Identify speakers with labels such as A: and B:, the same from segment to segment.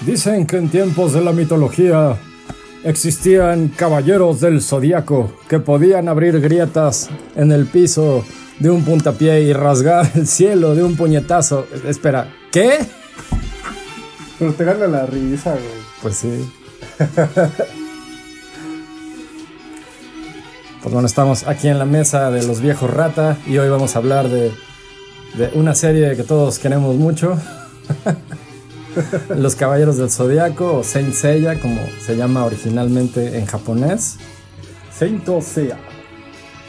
A: Dicen que en tiempos de la mitología existían caballeros del zodiaco que podían abrir grietas en el piso de un puntapié y rasgar el cielo de un puñetazo. Espera, ¿qué?
B: Pero te gana la risa, güey.
A: Pues sí. Pues bueno, estamos aquí en la mesa de los viejos rata y hoy vamos a hablar de, de una serie que todos queremos mucho. los Caballeros del Zodiaco o Saint Seiya, como se llama originalmente en japonés.
B: Sainto sea.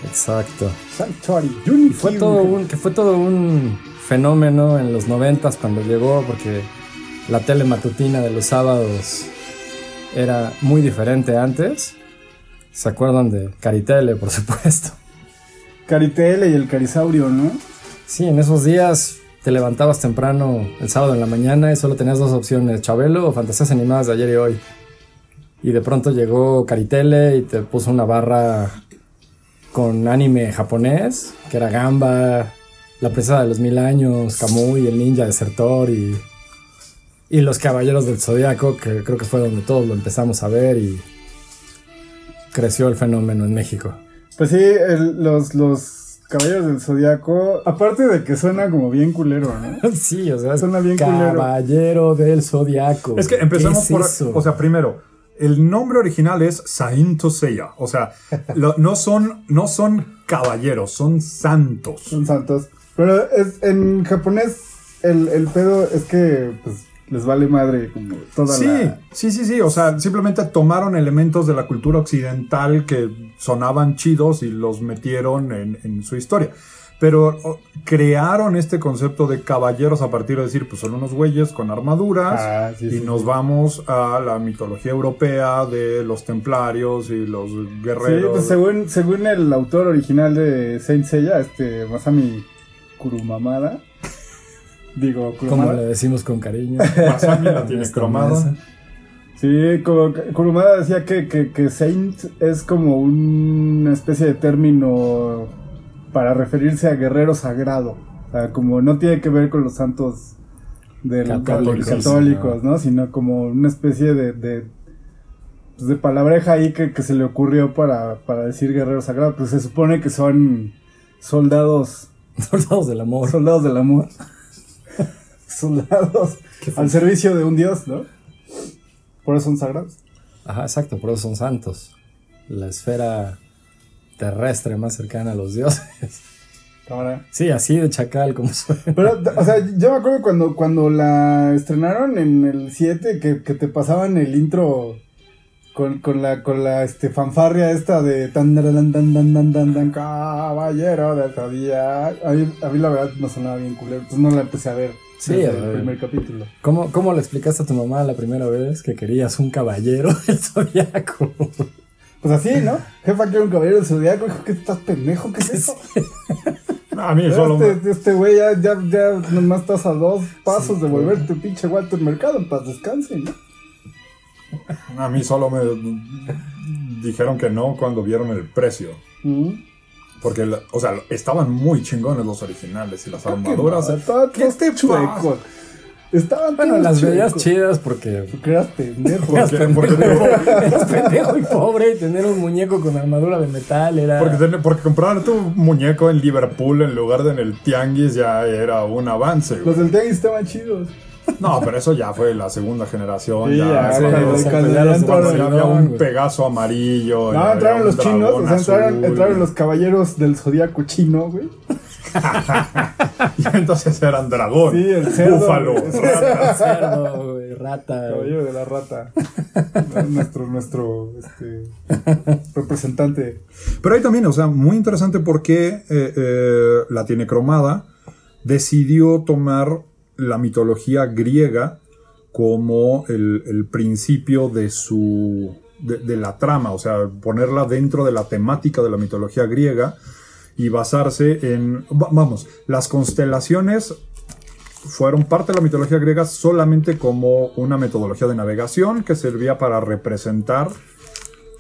A: Exacto.
B: Sanctuary Unity.
A: Fue todo un, que fue todo un fenómeno en los noventas cuando llegó, porque la tele matutina de los sábados era muy diferente antes. ¿Se acuerdan de Caritele, por supuesto?
B: Caritele y el Carisaurio, ¿no?
A: Sí, en esos días te levantabas temprano el sábado en la mañana y solo tenías dos opciones, Chabelo o Fantasías Animadas de ayer y hoy. Y de pronto llegó Caritele y te puso una barra con anime japonés, que era Gamba, La Princesa de los Mil Años, Kamui, el ninja desertor y, y Los Caballeros del Zodiaco, que creo que fue donde todos lo empezamos a ver y creció el fenómeno en México.
B: Pues sí, el- los, los caballeros del zodiaco. Aparte de que suena como bien culero, ¿no?
A: Sí, o sea, es
B: Suena bien culero.
A: Caballero del Zodiaco.
C: Es que empezamos
A: ¿Qué
C: por.
A: es eso?
C: O sea, primero, el nombre original es Sainto Seiya. O sea, lo- no, son, no son caballeros, son santos.
B: Son santos. Pero es, en japonés el, el pedo es que pues, les vale madre como toda
C: Sí,
B: la...
C: sí, sí, sí. O sea, simplemente tomaron elementos de la cultura occidental que sonaban chidos y los metieron en, en su historia. Pero o, crearon este concepto de caballeros a partir de decir, pues son unos güeyes con armaduras
B: Ah, sí,
C: y
B: sí,
C: nos
B: sí.
C: vamos a la mitología europea de los templarios y los
B: Sí,
C: guerreros.
B: pues según, según el autor original de Saint Seiya, este Masami Kurumamada, digo
A: Como
B: Kurumada,
A: le decimos con cariño.
C: Masami la
A: En
C: tiene
A: esta
C: cromada.
A: mesa.
B: sí, como que- Kurumada decía que, que, que Saint es como una especie de término para referirse a guerrero sagrado, o sea, como no tiene que ver con los santos del
A: Católicos,
B: católicos, católicos, ¿no? Sino como una especie de, de pues, de palabreja ahí que, que se le ocurrió para, para decir guerrero sagrado, pues se supone que son soldados,
A: Soldados del amor.
B: soldados del amor, soldados al servicio de un dios, ¿no? Por eso son sagrados.
A: Ajá, exacto, por eso son santos. La esfera terrestre más cercana a los dioses.
B: Ahora.
A: Sí, así de chacal como suena.
B: Pero, t- o sea, yo me acuerdo cuando, cuando la estrenaron en el 7 que, que te pasaban el intro con, con la, con la este, fanfarria esta de tan dan tan tan tan tan tan caballero de esta día. A mí, a mí la verdad no sonaba bien culero, entonces no la empecé a ver.
A: Sí,
B: desde
A: a ver.
B: el primer capítulo.
A: ¿Cómo, ¿Cómo le explicaste a tu mamá la primera vez que querías un caballero del zodiaco?
B: Pues así, ¿no? Jefa, quiero un caballero del zodiaco. Dijo, ¿qué estás pendejo? ¿Qué es eso?
C: A mí solo me-
B: Este este güey ya, ya, ya nomás estás a dos pasos de volver tu pinche Walter Mercado. En paz descanse, ¿no?
C: A mí solo me dijeron que no cuando vieron el precio.
B: Mm.
C: Porque, la- o sea, estaban muy chingones los originales y las armaduras. eh.
B: ¿Qué, estaban
C: ¿Qué
B: todos
C: te pasa?
B: chuecos. Estaban
A: Bueno,
B: todos
A: las veías
B: chuecos.
A: chidas porque
B: Porque eras pendejo.
A: eras
C: Porque- porque-
A: pendejo, eras pendejo y pobre y tener un muñeco con armadura de metal era...
C: Porque, ten- porque comprar tu muñeco en Liverpool en lugar de en el Tianguis ya era un avance. güey.
B: Los del Tianguis estaban chidos.
C: No, pero eso ya fue la segunda generación.
B: Sí,
C: ya,
B: ya,
A: Sí,
C: cuando-
B: cuando-
A: o sea,
B: cuando
A: ya
B: ya
A: los
B: entraron
C: cuando
B: el
C: ya
A: Barcelona,
C: había un
A: güey.
C: pegaso amarillo. ya
B: No,
C: había
B: entraron
C: un
B: los chinos, o
C: dragón
B: sea, entraron,
C: azul.
B: entraron los caballeros del zodiaco chino, güey.
C: Y entonces eran dragón,
B: Sí, el cerdo,
C: búfalo,
B: güey.
C: rata.
A: Cerdo, güey, rata. güey.
B: Caballero de la rata. nuestro, nuestro, este, representante.
C: Pero ahí también, o sea, muy interesante porque eh, eh, la tiene cromada. Decidió tomar la mitología griega como el, el principio de su. De, de la trama, o sea, ponerla dentro de la temática de la mitología griega y basarse en. va- Vamos, las constelaciones fueron parte de la mitología griega solamente como una metodología de navegación que servía para representar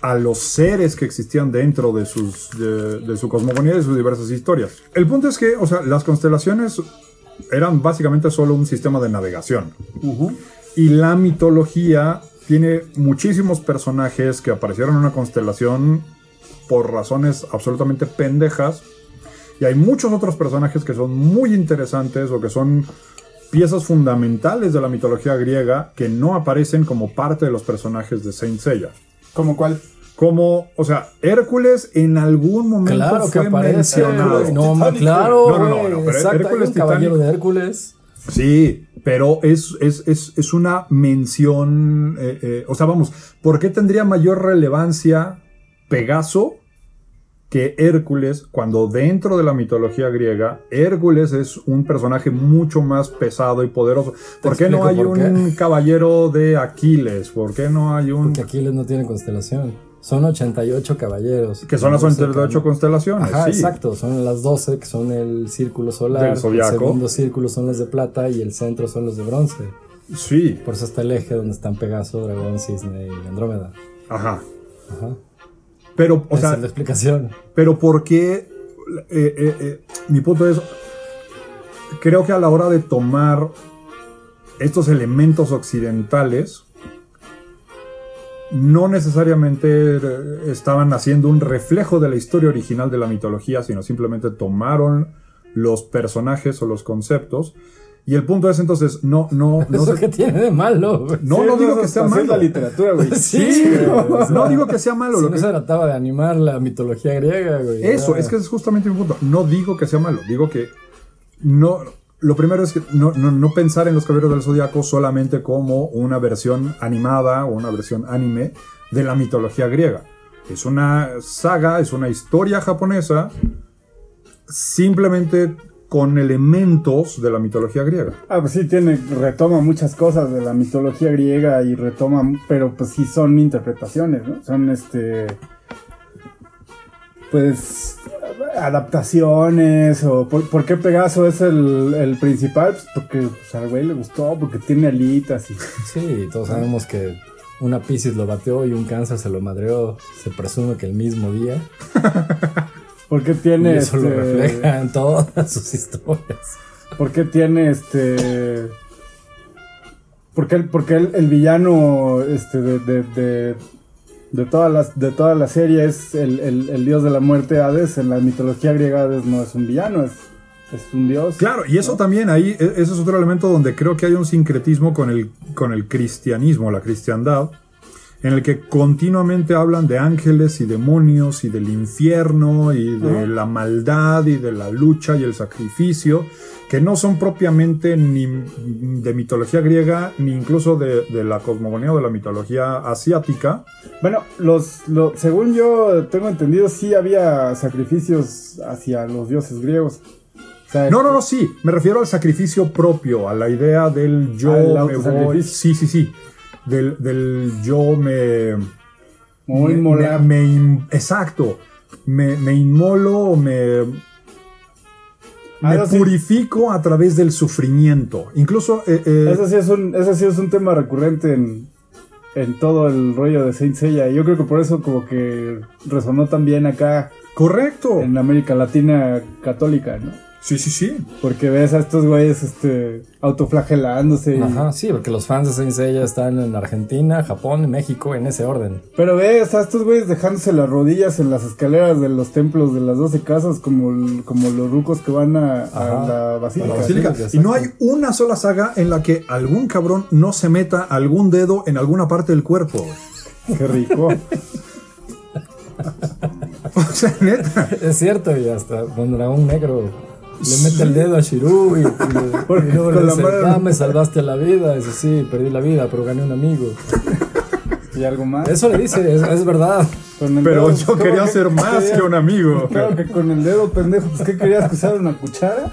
C: a los seres que existían dentro de, sus, de, de su cosmogonía y de sus diversas historias. El punto es que, o sea, las constelaciones eran básicamente solo un sistema de navegación. Y la mitología tiene muchísimos personajes que aparecieron en una constelación por razones absolutamente pendejas. Y hay muchos otros personajes que son muy interesantes o que son piezas fundamentales de la mitología griega que no aparecen como parte de los personajes de Saint Seiya.
B: ¿Como cuál?
C: Como, o sea, Hércules en algún momento
A: Claro que
C: fue
A: aparece.
C: mencionado.
A: No, ma-
B: Titanic.
A: claro.
C: No, no, no,
A: güey,
C: no, pero
A: exacto,
C: Hércules,
A: hay un caballero
C: Titanic.
A: de Hércules.
C: Sí, pero es, es, es, es una mención. eh, eh, o sea, vamos, ¿por qué tendría mayor relevancia Pegaso que Hércules cuando dentro de la mitología griega Hércules es un personaje mucho más pesado y poderoso? ¿Por qué no hay
A: explico por qué.
C: un caballero de Aquiles? ¿Por qué no hay un.
A: Porque Aquiles no tiene constelación. Son 88 caballeros.
C: Que son las
A: No sé,
C: 88
A: cabrón.
C: constelaciones.
A: Ajá,
C: sí.
A: exacto. Son las 12 que son el círculo solar.
C: Del
A: el
C: zodiaco.
A: segundo círculo son los de plata y el centro son los de bronce.
C: Sí,
A: Por eso está el eje donde están Pegaso, Dragón, Cisne y Andrómeda.
C: ajá.
A: Ajá.
C: Pero, o
A: Esa
C: sea,
A: es la explicación.
C: Pero ¿por qué? eh, eh, eh, mi punto es, creo que a la hora de tomar estos elementos occidentales, no necesariamente eh, estaban haciendo un reflejo de la historia original de la mitología, sino simplemente tomaron los personajes o los conceptos. Y el punto es entonces, no, no, no,
A: ¿Eso
C: se-
A: qué tiene de malo? güey?
C: no, no digo
B: eso
C: que sea
B: pasó en
C: malo.
B: la literatura, güey.
A: Sí, güey, o sea,
C: No digo que sea malo.
A: si
C: lo
A: no
C: que-
A: se trataba de animar la mitología griega, güey.
C: Eso,
A: era-
C: es que es justamente mi punto. No digo que sea malo, digo que no. Lo primero es que no, no- no pensar en los Caballeros del Zodiaco solamente como una versión animada o una versión anime de la mitología griega. Es una saga, es una historia japonesa, simplemente con elementos de la mitología griega.
B: Ah, pues sí, tiene, retoma muchas cosas de la mitología griega y retoma, pero pues sí son interpretaciones, ¿no? Son este. Pues. adaptaciones, o por, ¿por qué Pegaso es el, el principal? Pues porque pues, al güey le gustó, porque tiene alitas y.
A: Sí, todos sabemos que una Pisces lo bateó y un Cáncer se lo madreó, se presume que el mismo día.
B: Porque
A: Y
B: tiene.
A: eso lo
B: este,
A: refleja en todas sus historias.
B: ¿Por qué tiene este.? ¿Por qué, el- por qué el, el villano este, de, de, de, de todas las, de toda la serie es el, el- el dios de la muerte Hades? En la mitología griega Hades no es un villano, es, es un dios.
C: Claro, y eso también ahí, e- ese es otro elemento donde creo que hay un sincretismo con el, con el cristianismo, la cristiandad, en el que continuamente hablan de ángeles y demonios y del infierno y de
B: Ajá.
C: la maldad y de la lucha y el sacrificio, que no son propiamente ni de mitología griega ni incluso de, de la cosmogonía o de la mitología asiática.
B: Bueno, los, lo- según yo tengo entendido, sí había sacrificios hacia los dioses griegos. O sea,
C: No, no, no, sí. Me refiero al sacrificio propio, a la idea del yo
B: Al
C: me voy.
B: autosacrificio.
C: Sí, sí, sí. Del, del yo me.
B: Muy
C: me-
B: molar.
C: me- me in- exacto. Me, me inmolo o me.
B: Ah,
C: Me
B: eso sí.
C: purifico a través del sufrimiento. Incluso. eh, eh,
B: Eso sí es un, eso sí es un tema recurrente en, en todo el rollo de Saint Seiya. Yo creo que por eso como que resonó también acá
C: correcto.
B: en América Latina católica, ¿no?
C: Sí, sí, sí.
B: Porque ves a estos güeyes este, autoflagelándose. y-
A: Ajá, sí, porque los fans de Saint Seiya están en Argentina, Japón, México, en ese orden.
B: Pero ves a estos güeyes dejándose las rodillas en las escaleras de los templos de las 12 casas como, el- como los rucos que van a, a
A: Ajá.
B: la basílica.
A: A la
C: Basílica.
A: Basílica,
C: Y no hay
A: exacto.
C: una sola saga en la que algún cabrón no se meta algún dedo en alguna parte del cuerpo.
B: Qué rico.
C: O sea, neta.
A: Es cierto, y hasta Don Dragón Negro le mete el dedo a Shiru y, y le-
B: Porque
A: y luego le
B: con la
A: dice,
B: mano-
A: "Ah, me salvaste la vida. Dice, sí, perdí la vida, pero gané un amigo.
B: y algo más.
A: Eso le dice, es, es verdad.
B: Con el
C: Pero
B: dedo,
C: yo
B: ¿cómo
C: quería
B: que-
C: ser más
B: querías?
C: que un amigo.
B: Claro que con el dedo, pendejo, pues ¿qué querías que usara una cuchara?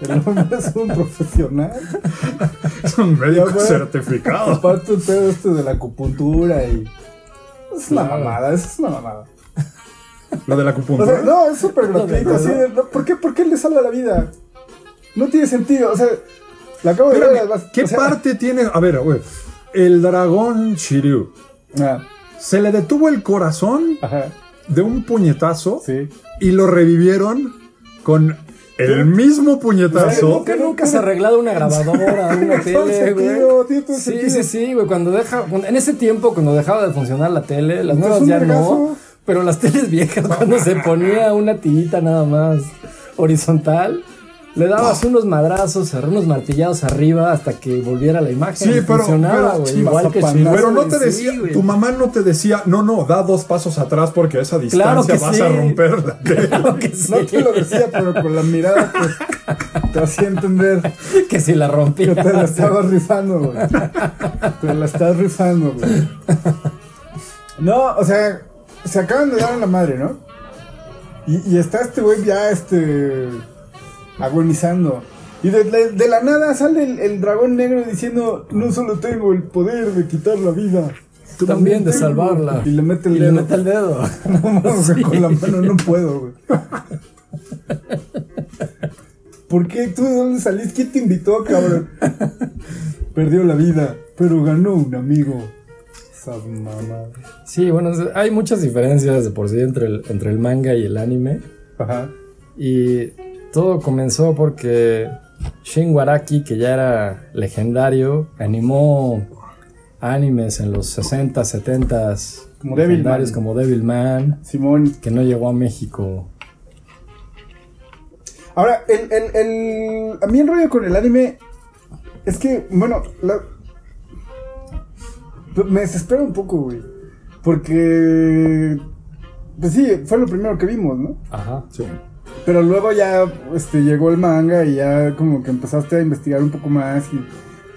B: El hombre es un profesional.
C: Es un médico
B: Ya, güey.
C: certificado.
B: Aparte el pedo este de la acupuntura y. Es una
A: Claro.
B: mamada, eso es una mamada.
C: Lo de la
B: O sea,
C: acupuntura.
B: no, es súper
A: No,
B: gratuito,
A: no,
B: así
A: no.
B: de, no, ¿por, qué, ¿Por qué le salva la vida? No tiene sentido, o sea, la acabo de ver
C: Espérame,
B: además.
C: ¿Qué
B: o sea,
C: parte tiene? A ver, güey. El dragón Shiryu.
B: ah,
C: Se le detuvo el corazón
B: ajá,
C: de un puñetazo
B: sí.
C: y lo revivieron con el mismo puñetazo.
A: Nunca, nunca se ha arreglado una grabadora, una
B: Tiene todo el
A: tele,
B: sentido, tiene todo
A: güey.
B: el
A: Sí,
B: sentido.
A: sí, sí, güey. Cuando deja, en ese tiempo, cuando dejaba de funcionar la tele, las
B: No, es
A: nuevas
B: un
A: ya
B: vergazo.
A: no. Pero las teles viejas, cuando se ponía una tirita nada más horizontal, le dabas unos madrazos, unos martillados arriba hasta que volviera la imagen.
C: Sí,
A: y
C: pero-
A: funcionaba,
C: pero-
A: güey.
C: sí,
A: Igual que
B: mazapán,
A: sí.
C: Pero no
A: güey,
C: te
A: sí,
C: decía,
A: güey.
C: tu mamá no te decía, no, no, da dos pasos atrás porque a esa
A: Claro
C: distancia
A: que
C: vas
A: sí.
C: a romper la tele.
A: Claro que sí.
B: No te lo decía, pero con la mirada te, te hacía entender
A: Que si la
B: que
A: rompía.
B: te la estabas rifando, güey. Te la estás rifando, güey. No, o sea, se acaban de dar a la madre, ¿no? Y, y está este güey ya, este, agonizando. Y de, de- de la nada sale el, el dragón negro diciendo, no solo tengo el poder de quitar la vida.
A: También de
B: tengo-"
A: salvarla.
B: Y le mete el
A: Y
B: dedo.
A: le mete el dedo.
B: No, o sea, con la mano no puedo, güey. ¿Por qué? ¿Tú de dónde salís? ¿Quién te invitó, cabrón? Perdió la vida, pero ganó un amigo. Esas mamadas.
A: Sí, bueno, es- hay muchas diferencias de por sí entre el, entre el manga y el anime.
B: Ajá.
A: Y todo comenzó porque Shin Waraki, que ya era legendario, animó animes en los 60, 70
B: Como Devilman.
A: como Devilman,
B: Simón.
A: que no llegó a México.
B: Ahora, el, el, el... a mí el rollo con el anime es que, bueno, la- me desespera un poco, güey. Porque, pues sí, fue lo primero que vimos, ¿no?
A: Ajá.
C: Sí.
B: Pero luego ya este, llegó el manga y ya como que empezaste a investigar un poco más y...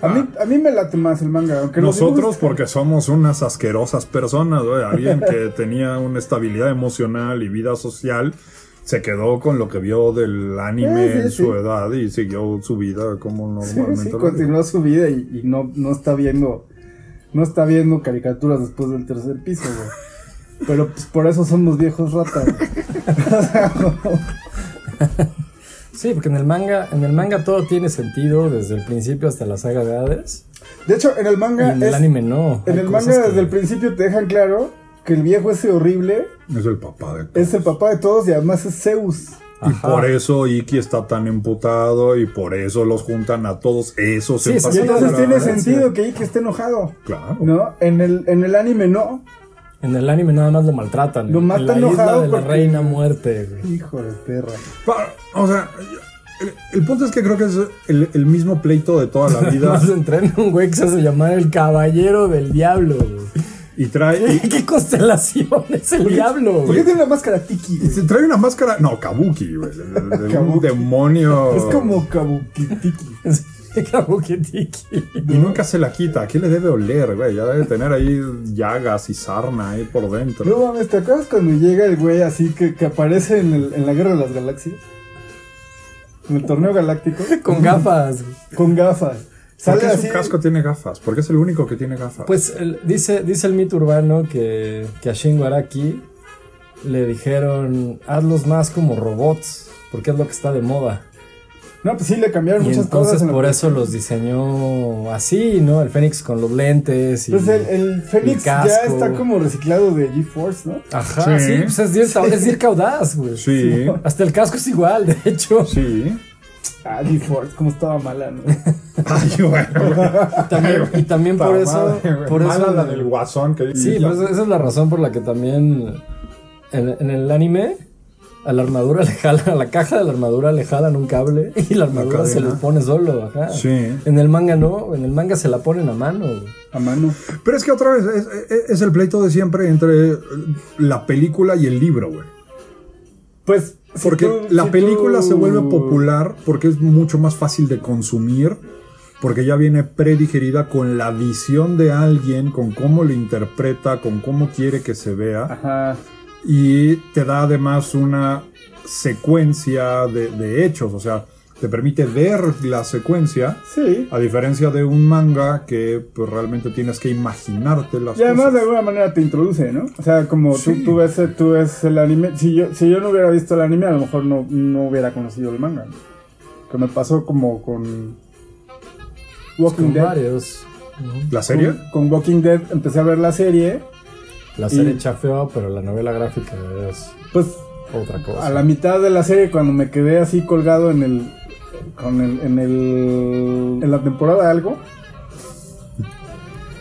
B: A, mí,
A: Ah.
B: a mí me late más el manga, aunque los
C: Nosotros,
B: dibujos-
C: porque somos unas asquerosas personas, güey, alguien que tenía una estabilidad emocional y vida social, se quedó con lo que vio del anime
B: Eh, sí,
C: en
B: sí.
C: su edad y siguió su vida como
B: Sí,
C: normalmente.
B: sí,
C: lo
B: continuó su vida y, y no, no está viendo... No está viendo caricaturas después del tercer piso, güey. Pero pues por eso somos viejos ratas.
A: Sí, porque en el manga, en el manga todo tiene sentido desde el principio hasta la saga de Hades.
B: De hecho, en el
A: Y
B: manga...
A: en el
B: es-
A: anime no.
B: en
A: Hay
B: el
A: cosas
B: manga
A: que-
B: desde el principio te dejan claro que el viejo ese horrible
C: digo. Es el papá de
B: es el
A: Pues.
B: papá de todos y además es Zeus.
C: Y por eso Iki está tan emputado y por eso los juntan a todos esos
A: Sí,
C: empacados.
B: Y
A: Sí,
B: entonces
A: claro,
B: tiene
A: claro,
B: sentido que Ike esté enojado.
C: Claro.
B: ¿No? En el, en el anime no.
A: En el anime nada más lo maltratan.
B: Lo
A: En
B: matan
A: la isla
B: enojado
A: de la
B: porque-
A: reina muerte, güey.
B: Hijo de perra.
C: Pa- O sea, el, el punto es que creo que es el, el mismo pleito de toda la vida
A: Además entrena un güey que se hace llamar el caballero del diablo, güey.
C: y trae. y-
A: ¿Qué constelación es el diablo,
B: ¿Por qué
A: güey?
B: tiene la máscara tiki?
C: Y
B: güey?
C: se trae una máscara. No, Kabuki, güey. de- de- de
B: Kabuki.
C: un demonio.
B: Es como kabuki tiki.
A: Kabuki Tiki.
C: Y nunca se la quita. ¿A qué le debe oler, güey? Ya debe tener ahí llagas y sarna ahí por dentro.
B: No mames, ¿te acuerdas cuando llega el güey así que, que aparece en, el- en la Guerra de las Galaxias? En el torneo galáctico.
A: Con gafas. güey.
B: Con gafas.
C: ¿Por
B: Sale
C: qué
B: así.
C: su casco tiene gafas? Porque es el único que tiene gafas.
A: Pues el- dice, dice el mito urbano que, que a Shingo Araki le dijeron, hazlos más como robots, porque es lo que está de moda.
B: No, pues sí, le cambiaron
A: Y
B: muchas
A: entonces
B: cosas. en la-
A: por eso los diseñó así, ¿no? El Fénix con los lentes y...
B: Pues el, el Fénix
A: el
B: ya
A: casco.
B: está como reciclado de GeForce, ¿no?
A: Ajá,
C: Sí.
A: sí, pues es Dirk, es Dirk Audaz, güey.
C: Sí.
A: Hasta el casco es igual, de hecho.
C: Sí.
B: Ah, GeForce, como estaba mala, ¿no?
C: Ay, bueno.
A: También- y también por eso... Por eso
C: la del guasón que
A: Sí, pues esa es la razón por la que también en, en el anime a la armadura le jalan, a la caja de la armadura le jalan un cable y la armadura se
C: cadena.
A: le pone solo, ajá.
C: Sí.
A: En el manga no, en el manga se la ponen a mano.
B: A mano.
C: Pero es que otra vez, es, es- es el pleito de siempre entre la película y el libro, güey.
B: Pues. si
C: Porque
B: tú-
C: la
B: si
C: película
B: tú-
C: se vuelve popular porque es mucho más fácil de consumir, porque ya viene predigerida con la visión de alguien, con cómo lo interpreta, con cómo quiere que se vea,
B: Ajá.
C: y te da además una secuencia de, de hechos, o sea, te permite ver la secuencia.
B: Sí.
C: A diferencia de un manga que pues, realmente tienes que imaginarte las
B: Y además de
C: cosas.
B: alguna manera te introduce, ¿no? O sea, como
C: Sí.
B: tú, tú, ves, tú ves el anime. Si yo, si yo no hubiera visto el anime, a lo mejor no, no hubiera conocido el manga. ¿no? Que me pasó como con. Walking
A: Con
B: Dead.
A: varios. Ujú.
C: ¿La serie?
B: Con, con Walking Dead empecé a ver la serie.
A: La
B: Y-
A: serie chafeó, pero la novela gráfica es
B: Pues
A: otra cosa.
B: A la mitad de la serie, cuando me quedé así colgado en el. Con el, en el. En la temporada algo.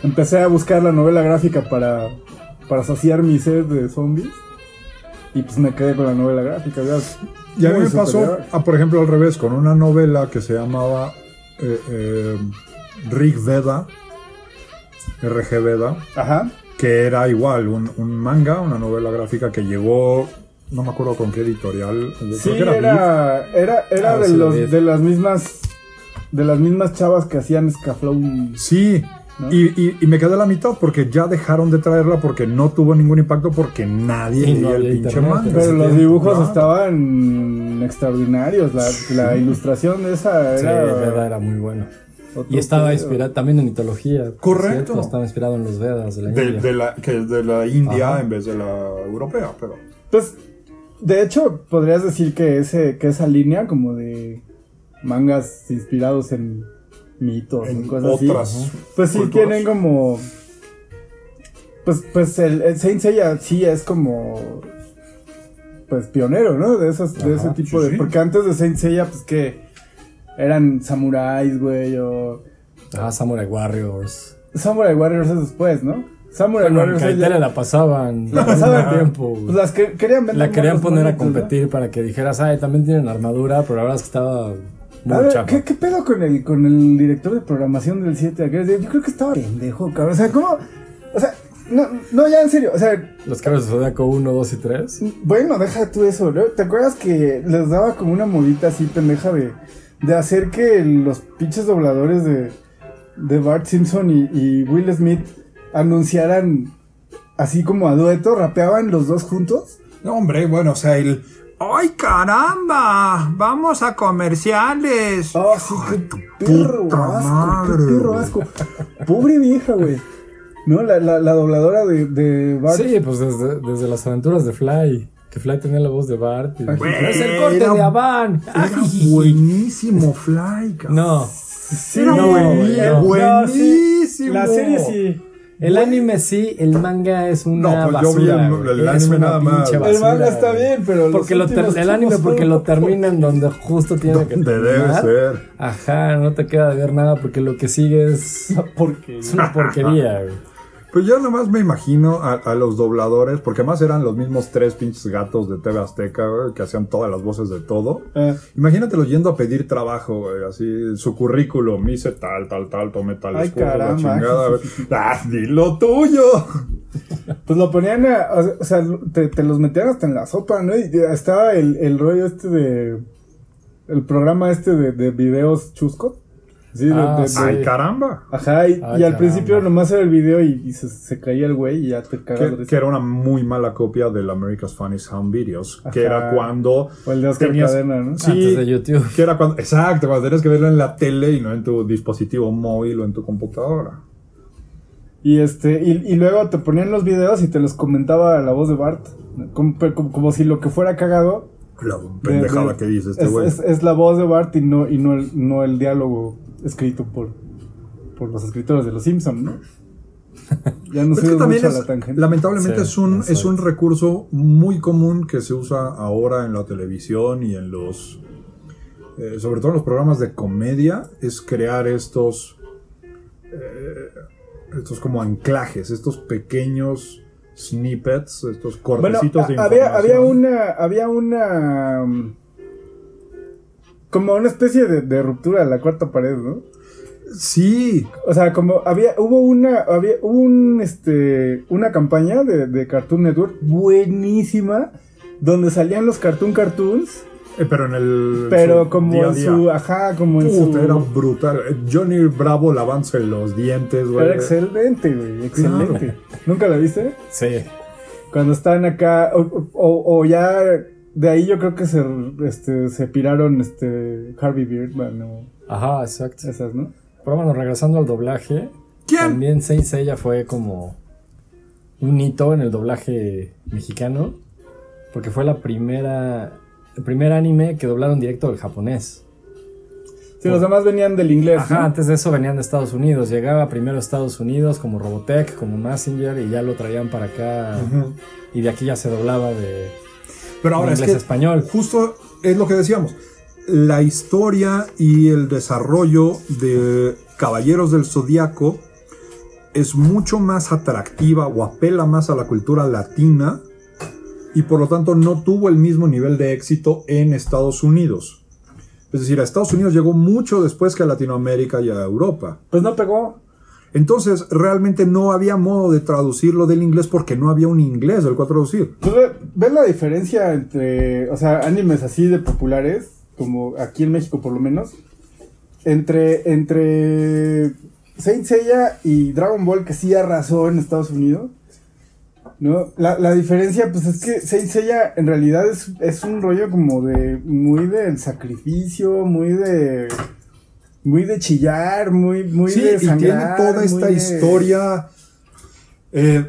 B: Empecé a buscar la novela gráfica para. Para saciar mi sed de zombies. Y pues me quedé con la novela gráfica, ya es
C: Y a mí
B: muy
C: me pasó,
B: superior.
C: ah, por ejemplo, al revés, con una novela que se llamaba eh, eh, Rig Veda, RG Veda,
B: Ajá.
C: que era igual un, un manga, una novela gráfica que llegó, no me acuerdo con qué editorial, creo
B: Sí,
C: que
B: era,
C: Beat.
B: era, era,
A: Ah,
B: de,
A: sí, la
B: los,
A: vi.
B: de las mismas. De las mismas chavas que hacían Scaflow.
C: Sí,
B: ¿No?
C: y, y- y me quedé a la mitad porque ya dejaron de traerla porque no tuvo ningún impacto porque nadie
A: Y no
C: leía el
A: había
C: pinche
A: internet,
C: manga.
A: ese
B: Pero los
A: tiempo,
B: dibujos
C: ¿no?
B: estaban extraordinarios. La, la ilustración de esa
A: Sí,
B: era.
A: Veda era muy bueno.
B: otro
A: Y estaba
B: pedo.
A: inspirado también en mitología. por
C: Correcto.
A: cierto, estaba inspirado en los Vedas de la
C: De,
A: India.
C: de la, que es de la India
A: Ajá.
C: en vez de la europea, pero...
B: Pues, de hecho, podrías decir que, ese, que esa línea como de mangas inspirados en mitos, en
C: En
B: cosas
C: otras
B: así. Pues sí,
C: culturas.
B: tienen como... Pues, pues el, el Saint Seiya sí es como... Pues pionero, ¿no? De, esas, de ese
A: Ajá,
B: tipo
C: sí,
B: de...
C: sí.
B: Porque antes de Saint Seiya, pues que eran samuráis, güey, o...
A: Ah, Samurai Warriors.
B: Samurai Warriors es después, ¿no?
A: Bueno,
B: Samurai
A: en
B: Warriors... es ya-
A: Caetera la pasaban.
B: La pasaban.
A: todo el tiempo. güey.
B: pues las que querían vender
A: La querían
B: monos
A: poner a
B: bonitos, ¿no?
A: competir para que dijeras, ay, también tienen armadura, pero la verdad es que estaba
B: A
A: muy
B: ver,
A: chafa.
B: ¿qué, qué pedo con el, con el director de programación del 7 de aquel día? Yo creo que estaba pendejo, cabrón. O sea, ¿cómo? O sea, no, no, ya en serio. O sea,
A: Los cabros de Zodíaco 1, 2 y 3.
B: bueno, deja tú eso, ¿no? ¿Te acuerdas que les daba como una modita así pendeja de, de hacer que los pinches dobladores de, de Bart Simpson y, y Will Smith anunciaran así como a dueto, rapeaban los dos juntos?
C: No, hombre, bueno, o sea, el... ¡Ay, caramba! Vamos a comerciales.
B: Ah, sí, qué perro
C: puta
B: asco, qué
C: madre,
B: perro
C: güey.
B: asco. Pobre vieja, güey. No, la, la, la dobladora de, de Bart.
A: Sí, pues desde, desde las aventuras de Fly. Que Fly tenía la voz de Bart. y-
C: Güey,
A: es el corte
C: era-
A: de Avan.
C: Era buenísimo, Fly. cabrón.
A: No,
B: Sí,
C: Era
A: no,
C: buenísimo.
A: güey, no.
B: sí,
C: buenísimo.
B: La serie sí.
A: el anime sí, el manga es una
C: No, pues yo vi
A: basura.
C: el-
A: güey,
C: el
A: es
C: anime
A: una
C: nada más.
A: pinche
C: El
B: El
A: basura,
B: manga está
A: güey.
B: bien, pero. los
A: Porque lo ter-
B: últimos
A: el anime
B: chicos
A: porque
B: son-
A: lo terminan donde justo tiene que
C: Donde debe
A: terminar.
C: ser.
A: Ajá, no te queda de ver nada porque lo que sigue es,
B: Porque.
A: es una porquería. güey.
C: Pues yo nomás me imagino a, a los dobladores, porque además eran los mismos tres pinches gatos de TV Azteca, güey, que hacían todas las voces de todo.
B: Ah,
C: Imagínatelos yendo a pedir trabajo, güey, así, su currículum, hice tal, tal, tal, tomé tal
B: Ay,
C: escuela, la
B: caramba.
C: chingada, güey. ¡Ah, di lo tuyo!
B: Pues lo ponían a. O sea, te, te los metían hasta en la sopa, ¿no? Y estaba el, el rollo este de. El programa este de, de videos chusco. Sí, de-
A: Ah,
B: de-
A: sí.
C: ¡Ay,
B: de,
C: caramba!
B: Ajá, y,
A: Ay,
B: y al
A: caramba.
B: principio nomás era el video y, y se, se caía el güey y ya te cagas de
C: Que,
B: risa.
C: que era una muy mala copia del America's Funniest Home Videos, que
B: Ajá.
C: era cuando...
B: O el de Oscar
C: tenías-
B: Cadena, ¿no?
C: Sí,
A: Antes de YouTube.
C: que era cuando... Exacto, cuando tenías que verlo en la tele y no en tu dispositivo móvil o en tu computadora.
B: Y este, y, y luego te ponían los videos y te los comentaba la voz de Bart. Como, pero como- como si lo que fuera cagado
C: La
B: de-
C: pendejada
B: de-
C: que dice este
B: es,
C: güey.
B: es- es la voz de Bart y no, y no el, no el diálogo escrito por, por los escritores de los Simpsons, ¿no? Ya nos
C: Pero es Pues que
B: subimos
C: también
B: mucho a
C: es-
B: la tangente.
C: lamentablemente
A: Sí,
C: es, un, es
A: exacto.
C: un recurso muy común que se usa ahora en la televisión y en los, eh, sobre todo en los programas de comedia, es crear estos, eh, estos como anclajes, estos pequeños snippets, estos
B: Bueno,
C: cortecitos de
B: a- había,
C: información.
B: había una. Había una. mm, Como una especie de, de ruptura de la cuarta pared, ¿no?
C: Sí,
B: O sea, como había, hubo una, había un, este, una campaña de, de Cartoon Network buenísima, donde salían los Cartoon Cartoons,
C: eh, pero en el...
B: pero
C: su
B: como
C: día a
B: en
C: día.
B: su, ajá, como en
C: Puta,
B: su,
C: era brutal. Eh, Johnny Bravo lavándose los dientes, güey.
B: era excelente, güey, excelente.
C: Claro.
B: ¿Nunca la viste?
A: Sí.
B: Cuando estaban acá, o, o- o ya, de ahí yo creo que se, este, se piraron, este, Harvey Birdman o
A: Ajá, exacto.
B: esas, ¿no?
A: Pero bueno, regresando al doblaje.
C: ¿Quién?
A: También Saint Seiya fue como un hito en el doblaje mexicano. Porque fue la primera. El primer anime que doblaron directo del japonés.
B: Sí, los demás venían del inglés,
A: Ajá,
B: ¿no?
A: antes de eso venían de Estados Unidos. Llegaba primero a Estados Unidos como Robotech, como Messenger, y ya lo traían para acá.
C: Ujú.
A: Y de aquí ya se doblaba de.
C: Pero ahora
A: en
C: es
A: inglés
C: que
A: español.
C: justo es lo que decíamos. La historia y el desarrollo de Caballeros del Zodíaco es mucho más atractiva o apela más a la cultura latina y por lo tanto no tuvo el mismo nivel de éxito en Estados Unidos. Es decir, a Estados Unidos llegó mucho después que a Latinoamérica y a Europa.
B: Pues no pegó.
C: Entonces, realmente no había modo de traducirlo del inglés porque no había un inglés del cual traducir.
B: Tú Pues, ve- ¿Ves la diferencia entre, o sea, animes así de populares, como aquí en México por lo menos, entre, entre Saint Seiya y Dragon Ball que sí arrasó en Estados Unidos? ¿No? La, la diferencia, pues es que Saint Seiya en realidad es, es un rollo como de, muy del sacrificio, muy de... Muy de chillar, muy, muy
C: sí,
B: de
C: y tiene
B: sangrar,
C: toda
B: muy
C: esta
B: de-
C: historia eh,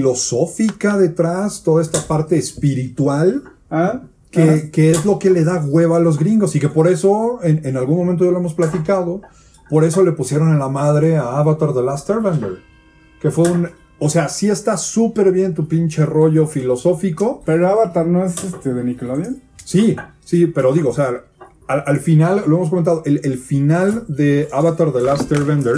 C: filosófica detrás, toda esta parte espiritual,
B: ¿Ah?
C: que,
B: Ajá.
C: que es lo que le da hueva a los gringos y que por eso, en, en algún momento ya lo hemos platicado, por eso le pusieron en la madre a Avatar The Last Airbender, que fue un... O sea, sí está súper bien tu pinche rollo filosófico,
B: Pero Avatar no es este de Nickelodeon.
C: Sí, sí, pero digo, o sea, al, al final, lo hemos comentado, el, el final de Avatar The Last Airbender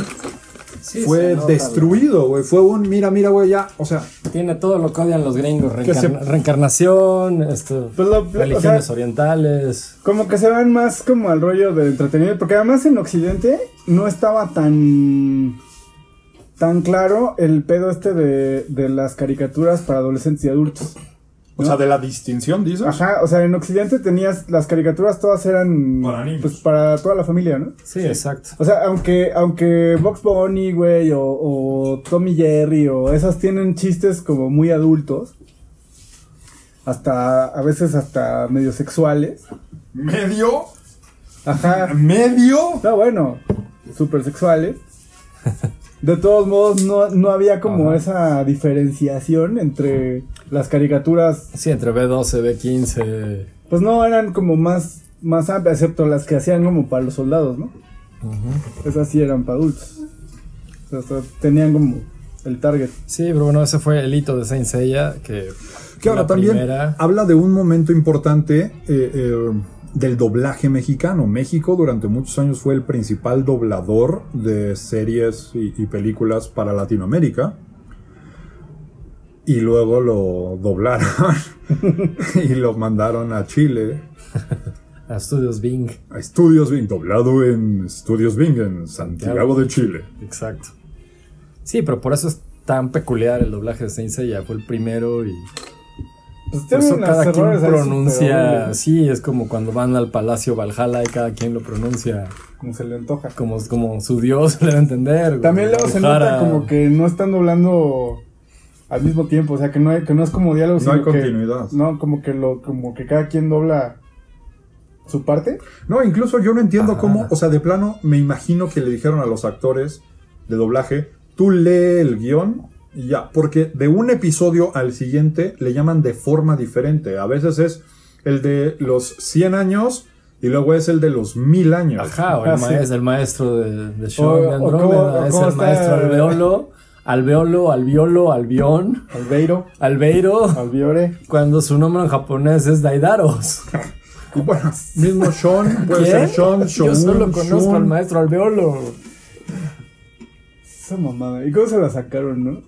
C: fue destruido, güey. Fue un, mira, mira, güey, ya, o sea,
A: Tiene todo lo que odian los gringos.
C: Que se-
A: reencarna- reencarnación, esto,
B: Pues lo- o sea-
A: religiones orientales.
B: Como que se van más como al rollo de entretenimiento, porque además en Occidente no estaba tan tan claro el pedo este de, de las caricaturas para adolescentes y adultos.
C: o sea, de la distinción, dices.
B: Ajá, o sea, en Occidente tenías las caricaturas todas eran
C: Para niños.
B: pues para toda la familia, ¿no?
A: Sí, exacto.
B: O sea, aunque aunque Box Bunny, güey, o, o Tommy Jerry o esas tienen chistes como muy adultos, hasta a veces hasta medio sexuales.
C: Medio,
B: Ajá.
C: medio.
B: Está bueno, súper sexuales. De todos modos, no, no había como
A: Ajá.
B: esa diferenciación entre las caricaturas.
A: Sí, entre B12, B15.
B: Pues no, eran como más, más amplias, excepto las que hacían como para los soldados, ¿no? Esas sí eran para adultos. O sea, tenían como el target.
A: Sí, pero bueno, ese fue el hito de Saint Seiya, que
C: Que ahora
A: la
C: también
A: primera-
C: habla de un momento importante eh, eh, del doblaje mexicano. México durante muchos años fue el principal doblador de series y, y películas para Latinoamérica. Y luego lo doblaron y lo mandaron a Chile,
A: a estudios Bing.
C: a Estudios Bing, doblado en Estudios Bing en Santiago de Chile.
A: Exacto. Sí, pero por eso es tan peculiar el doblaje de Saint Seiya. Fue el primero y
B: Pues
A: por eso
B: tienen unas
A: cada quien
B: errores ahí súper
A: pronuncia.
B: horribles,
A: Sí, es como cuando van al Palacio Valhalla y cada quien lo pronuncia
B: Como se le antoja.
A: como, como su dios le va a entender. güey.
B: También luego se nota
A: Jara.
B: como que no están doblando al mismo tiempo, o sea, que no, hay- que no es como diálogo,
C: No hay
B: sino que-
C: continuidad.
B: no, como que lo, como que cada quien dobla su parte.
C: No, incluso yo no entiendo
A: Ajá.
C: cómo, o sea, de plano me imagino que le dijeron a los actores de doblaje, tú lee el guión y ya, porque de un episodio al siguiente le llaman de forma diferente. A veces es el de los 100 años y luego es el de los 1000 años.
A: Ajá, o el,
B: Ah, sí.
A: maes- el maestro de, de Sean
B: O-
A: de
B: o
A: Andrómeda
B: cómo- o
A: es
B: cómo
A: el
B: está-
A: maestro alveolo, alveolo, alviolo, albión,
B: Albeiro,
A: albeiro,
B: Albiore.
A: cuando su nombre en japonés es Daidaros.
C: Y bueno, mismo Sean, puede
A: ¿Qué?
C: ser Sean,
A: Yo
C: Shun,
A: solo conozco
C: Shun.
A: al maestro alveolo.
B: Esa mamada. ¿Y cómo se la sacaron, no?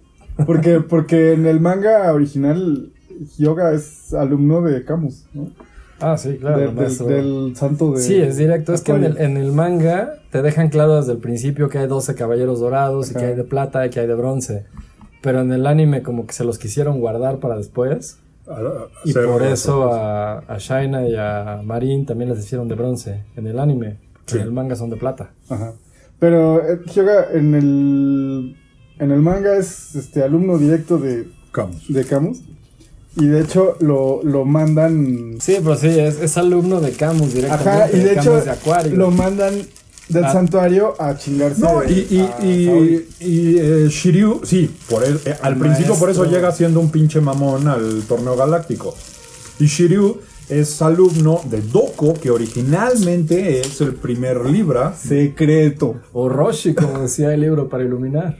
B: Porque, porque en el manga original, Yoga es alumno de Camus, ¿no?
A: Ah, sí, claro.
B: De-
A: el
B: del,
A: maestro.
B: del santo de.
A: Sí, es directo. Es que en el,
B: Acuario.
A: en el manga te dejan claro desde el principio que hay 12 caballeros dorados y
B: Ajá.
A: que hay de plata y que hay de bronce. Pero en el anime como que se los quisieron guardar para después.
C: Ah, ah,
A: Y
C: cero
A: por
C: de
A: eso a, a Shaina y a Marin también les hicieron de bronce en el anime.
C: Sí.
A: En el manga son de plata.
B: Ajá. Pero eh, Hyoga en el. En el manga es este alumno directo de,
C: Camus.
B: de Camus. Y de hecho lo, lo mandan.
A: Sí, pero sí, es, es alumno de Camus directamente.
B: Ajá, y de
A: Camus
B: hecho
A: de Acuario.
B: lo mandan del
A: Ah.
B: santuario a chingarse.
C: No, y, y,
B: a
C: y,
B: Saori.
C: y, eh, Shiryu, sí, por el- eh, al
A: El
C: principio por eso
A: maestro.
C: llega siendo un pinche mamón al torneo galáctico. Y Shiryu es alumno de Doko, que originalmente es el primer Libra.
B: Secreto.
A: O Roshi, como decía el libro para iluminar.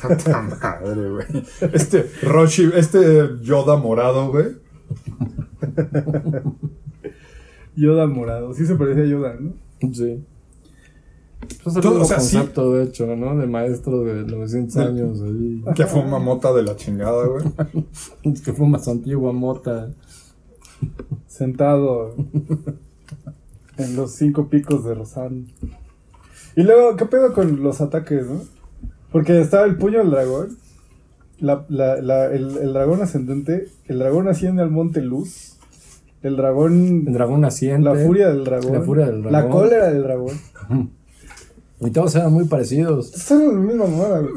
C: Puta madre, güey. Este Roshi, este Yoda morado, güey.
B: Yoda morado. Sí se parecía a Yoda, ¿no?
A: Sí. Pues es
C: Todo,
A: el
C: o sea, sí.
A: concepto, de hecho, ¿no? De maestro de 900 años. ahí.
C: Que fue una mota de la chingada, güey.
A: Es que fue más antigua mota.
B: Sentado en los cinco picos de Rosan. Y luego, ¿qué pedo con los ataques, no? Porque estaba el puño del dragón. la- la- la- el, el dragón ascendente. El dragón asciende al monte luz. El dragón.
A: El dragón naciente.
B: La furia del dragón.
A: La furia del
B: La
A: dragón.
B: cólera del dragón.
A: Y todos eran muy parecidos.
B: Son la misma mamada, güey.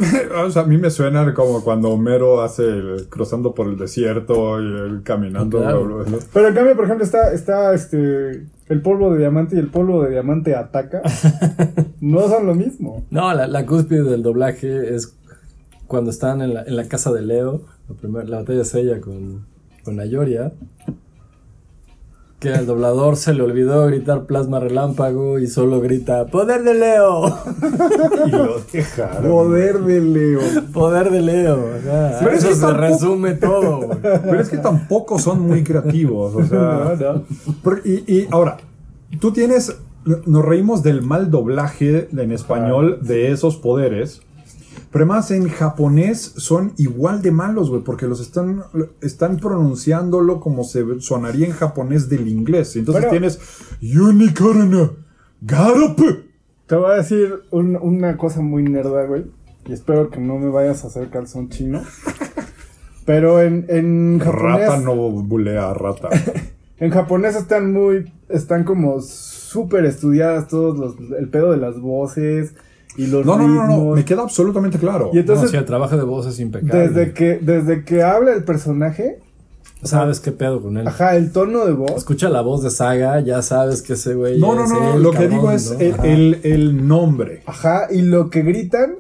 C: O sea, a mí me suena como cuando Homero hace el cruzando por el desierto y el caminando.
A: Claro.
C: bla, bla, bla.
B: Pero en cambio, por ejemplo, está, está este, el polvo de diamante y el polvo de diamante ataca. No son lo mismo.
A: No, la, la cúspide del doblaje es cuando están en la, en la casa de Leo, la, primer- la batalla es ella con, con Ayoria, que al doblador se le olvidó gritar plasma relámpago y solo grita ¡Poder de Leo!
C: Y lo dejaron.
B: Poder de Leo.
A: ¡Poder de Leo! Ajá,
C: Pero es
A: eso
C: que
A: se
C: tampoco-
A: resume todo. güey.
C: Pero es que tampoco son muy creativos. O sea,
B: No, no.
C: Por- y, y ahora, tú tienes. Nos reímos del mal doblaje en
A: Ah.
C: español de esos poderes. Pero más en japonés son igual de malos, güey, porque los están, están pronunciándolo como se sonaría en japonés del inglés. Entonces
B: Bueno.
C: tienes Unicorn Garop.
B: Te voy a decir un- una cosa muy nerda, güey. Y espero que no me vayas a hacer calzón chino. Pero en, en japonés.
C: Rata no bulea a rata.
B: En japonés están muy. Están como súper estudiadas todos los. El pedo de las voces y los
C: No, no, no, no,
B: ritmos.
C: me queda absolutamente claro.
B: Y
A: No,
B: entonces,
A: sí, el trabajo de voz es impecable.
B: desde que, desde que habla el personaje,
A: Sabes qué pedo con él.
B: ajá, el tono de voz.
A: Escucha la voz de Saga, ya sabes que ese güey
C: No, no,
A: es
C: no, no,
A: el
C: lo que
A: cabrón,
C: digo es
A: ¿no?
C: el-
A: Ajá.
C: el- el nombre.
B: Ajá, y lo que gritan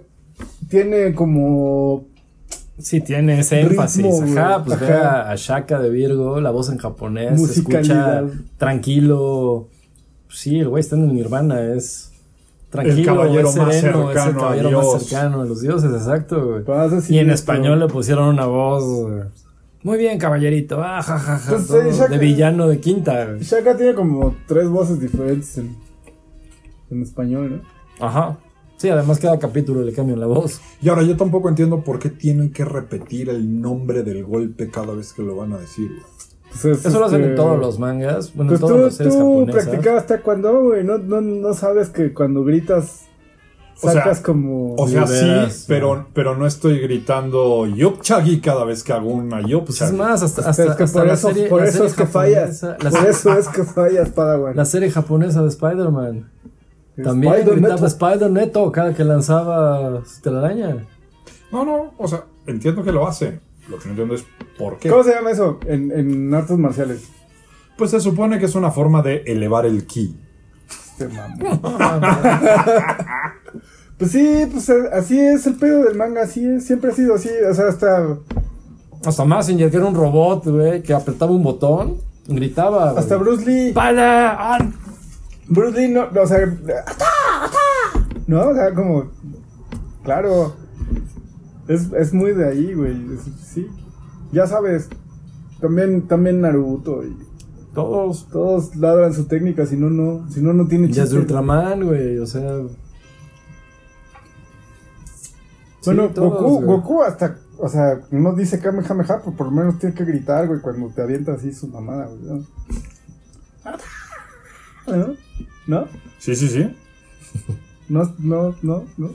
B: tiene como.
A: Sí, tiene ese
B: Ritmo,
A: énfasis. Ajá,
B: güey.
A: pues
B: Ajá.
A: ve a, a Shaka de Virgo, la voz en japonés, se escucha
B: Musicalidad.
A: tranquilo. Sí, el güey está en el Nirvana, es tranquilo,
C: El caballero
A: es
C: más
A: sereno, es el
C: cercano a
A: caballero
C: Dios.
A: más cercano a los dioses, exacto, güey.
B: Vas a decir
A: Y en
B: esto.
A: español le pusieron una voz. eh, Muy bien, caballerito. Ah, ja, ja, ja,
B: Pues,
A: todo,
B: eh, Shaka-
A: de villano de quinta. güey.
B: Shaka tiene como tres voces diferentes en, en español, ¿no?
A: Ajá. Sí, además cada capítulo le cambian la voz.
C: Y ahora yo tampoco entiendo por qué tienen que repetir el nombre del golpe cada vez que lo van a decir. güey.
B: Pues es,
A: Eso lo hacen
B: este,
A: en todos los mangas, bueno,
B: Pues
A: en todos
B: tú,
A: los series
B: tú
A: japonesas.
B: practicabas taekwondo, güey. No, no, no sabes que cuando gritas
C: O sea,
B: sacas como.
C: O sea,
A: Liberas,
C: sí, pero, pero no estoy gritando Yopchagi cada vez que hago una
A: Pues
C: Yopchagi.
A: es más, hasta, hasta,
B: este, Es que
A: hasta
B: por
A: la
B: eso,
A: serie-
B: por
A: la
B: eso
A: serie
B: es que fallas.
A: japonesa- la
B: Por
A: se-
B: eso es que fallas, Padawan.
A: La serie japonesa de Spider-Man.
B: Es
A: También
B: Spider-Man.
A: gritaba Spider-Neto cada que lanzaba su telaraña.
C: No, no, o sea, entiendo que lo hacen. Lo que no entiendo es por qué.
B: ¿Cómo se llama eso en, en artes marciales?
C: Pues se supone que es una forma de elevar el ki.
B: Este mamón. pues sí, pues eh, así es el pedo del manga, así es, siempre ha sido así, o sea, hasta,
A: Hasta Massinger, que era un robot, güey, que apretaba un botón, gritaba.
B: hasta
A: güey.
B: Bruce Lee,
A: ¡Para! ¡Ah!
B: Bruce Lee no, no, o sea, ¡Ata! ¡Ata! no, o sea, como, claro, es, es muy de ahí, güey, es- sí, ya sabes, también, también Naruto y
A: Todos.
B: todos ladran su técnica, si no, no, si no, no tiene
A: Ya es
B: chiste.
A: de Ultraman, güey, o sea.
B: Bueno,
A: Sí, todos,
B: Goku,
A: güey.
B: Goku hasta, o sea, no dice Kamehameha, pero por lo menos tiene que gritar, güey, cuando te avienta así su mamada, güey. ¿no? ¿No? ¿No?
C: Sí, sí, sí.
B: ¿No? ¿No? ¿No? ¿No?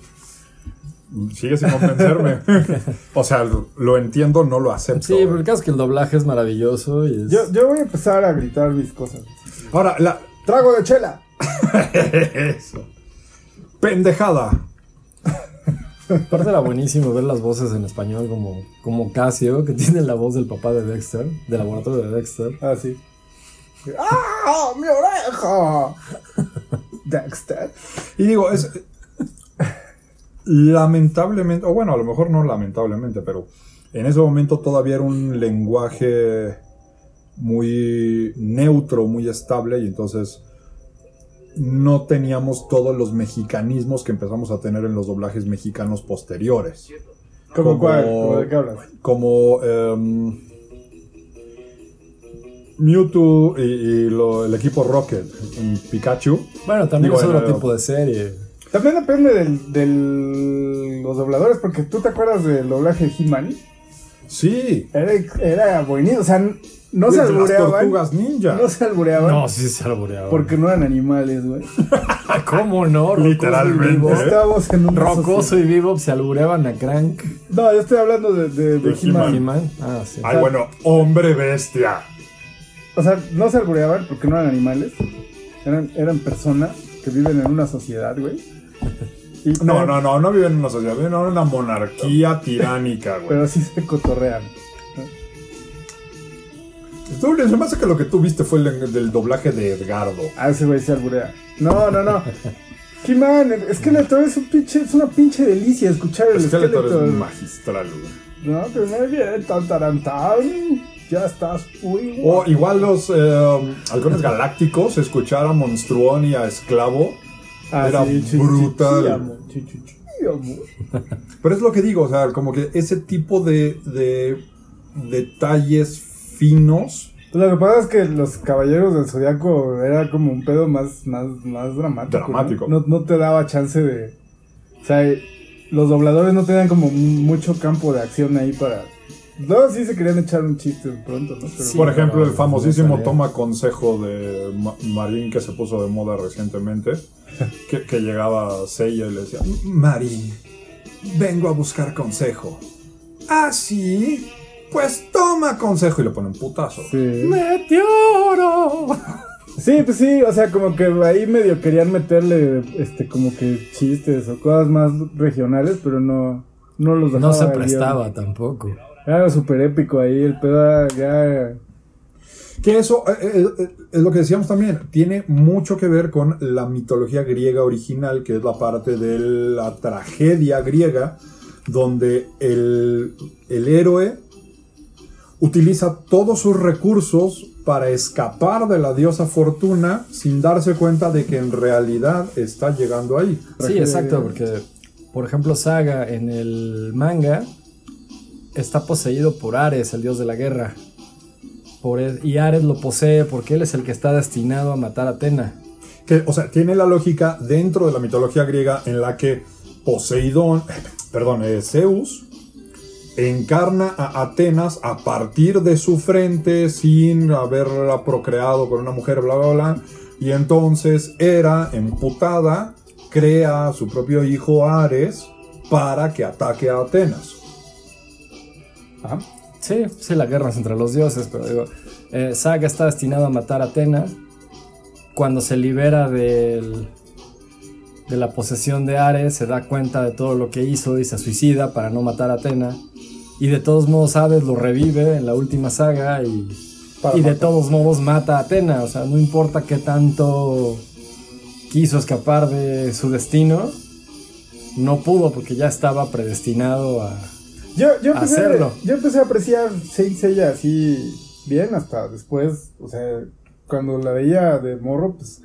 C: Sigue sin convencerme. o sea, lo, lo entiendo, no lo acepto.
A: Sí, pero el caso es que el doblaje es maravilloso y es-
B: Yo, yo voy a empezar a gritar mis cosas.
C: Ahora, la...
B: ¡Trago de chela!
C: Eso. Pendejada.
A: Aparte era buenísimo ver las voces en español como, como Casio, que tiene la voz del papá de Dexter, del laboratorio de Dexter.
B: Ah, sí. ¡Ah! ¡Mi oreja! Dexter.
C: Y digo, es. Lamentablemente, o bueno, a lo mejor no lamentablemente, pero en ese momento todavía era un lenguaje muy neutro, muy estable, y entonces no teníamos todos los mexicanismos que empezamos a tener en los doblajes mexicanos posteriores.
B: ¿Cómo
C: Como- em,
B: cuál? ¿Cómo de qué hablas?
C: Como. em, Mewtwo y, y lo- el equipo Rocket, un Pikachu.
A: Bueno, también
C: Digo,
A: es otro
C: bueno,
A: tipo de serie.
B: También depende del, del- los dobladores, porque tú te acuerdas del doblaje de He-Man.
C: Sí,
B: Era, era buenísimo, o sea, no se
C: de las
B: albureaban.
C: tortugas ninja.
B: No se albureaban.
A: No, sí se alboreaba.
B: Porque no eran animales, güey.
C: ¿Eh?
A: ¿Cómo no? Rocoso y
C: Literalmente.
A: Bebop.
C: ¿Eh?
B: Estábamos en un
A: Rocoso y Bebop se albureaban a Crank.
B: No, yo estoy hablando de, de, de
C: De
B: He-Man.
A: He-Man. Ah, sí.
C: Ay, bueno, hombre bestia.
B: O sea, no se albureaban porque no eran animales. Eran, eran personas que viven en una sociedad, güey. Y-
C: No,
B: pero-
C: no, no, no viven en una sociedad, viven en una monarquía tiránica, güey.
B: Pero sí se cotorrean.
C: Tú, se me hace que lo que tú viste fue el del doblaje de Edgardo.
B: Ah, ese güey se alburea. No, no, no. He-Man, el Skeletor es, un pinche, es una pinche delicia escuchar el
C: Skeletor
B: Skeletor.
C: Pues es magistral, güey.
B: no, pero me viene tan taran, tan. Ya estás, uy.
C: O igual los eh, halcones galácticos, escuchar a Monstruón y a Esclavo.
B: Ah,
C: era brutal. Pero es lo que digo, o sea, como que ese tipo de, de detalles finos,
B: Lo que pasa es que los caballeros del zodiaco era como un pedo más, más, más dramático. ¿no?
C: Dramático.
B: ¿no? no te daba chance de. O sea, los dobladores no tenían como mucho campo de acción ahí para. No, sí se querían echar un chiste pronto, ¿no? Pero
A: Sí.
C: por ejemplo,
A: no,
C: el famosísimo
A: no sabía.
C: toma consejo de Ma- Marín que se puso de moda recientemente, que, que llegaba a Seiya y le decía, Marín, vengo a buscar consejo. Ah, sí, pues toma consejo y le pone un putazo.
B: Sí.
A: ¡Meteoro!
B: Sí, pues sí, o sea, como que ahí medio querían meterle, este, como que chistes o cosas más regionales, pero no, no los dejaba.
A: No se
B: el
A: prestaba
B: guión.
A: tampoco.
B: Era súper épico ahí, el pedo ya...
C: Que eso eh, eh, eh, es lo que decíamos también, tiene mucho que ver con la mitología griega original, que es la parte de la tragedia griega, donde el, el héroe utiliza todos sus recursos para escapar de la diosa Fortuna sin darse cuenta de que en realidad está llegando ahí.
A: Sí, exacto, porque, por ejemplo, Saga en el manga está poseído por Ares, el dios de la guerra. Por e- y Ares lo posee porque él es el que está destinado a matar a Atena.
C: Que, o sea, tiene la lógica dentro de la mitología griega en la que Poseidón, perdón, eh, Zeus, encarna a Atenas a partir de su frente sin haberla procreado con una mujer, bla, bla, bla. Y entonces Hera, emputada, crea a su propio hijo Ares para que ataque a Atenas.
B: Ajá.
A: Sí, sí, la guerra es entre los dioses, pero digo, eh, Saga está destinado a matar a Atena. Cuando se libera del- de la posesión de Ares, se da cuenta de todo lo que hizo y se suicida para no matar a Atena. Y de todos modos, Hades lo revive en la última saga y,
C: Para
A: y de
C: matar.
A: todos modos mata a Atena. O sea, no importa qué tanto quiso escapar de su destino, no pudo porque ya estaba predestinado a.
B: Yo, yo, empecé,
A: Hacerlo.
B: yo empecé a apreciar Saint Seiya así bien hasta después, o sea, cuando la veía de morro, pues,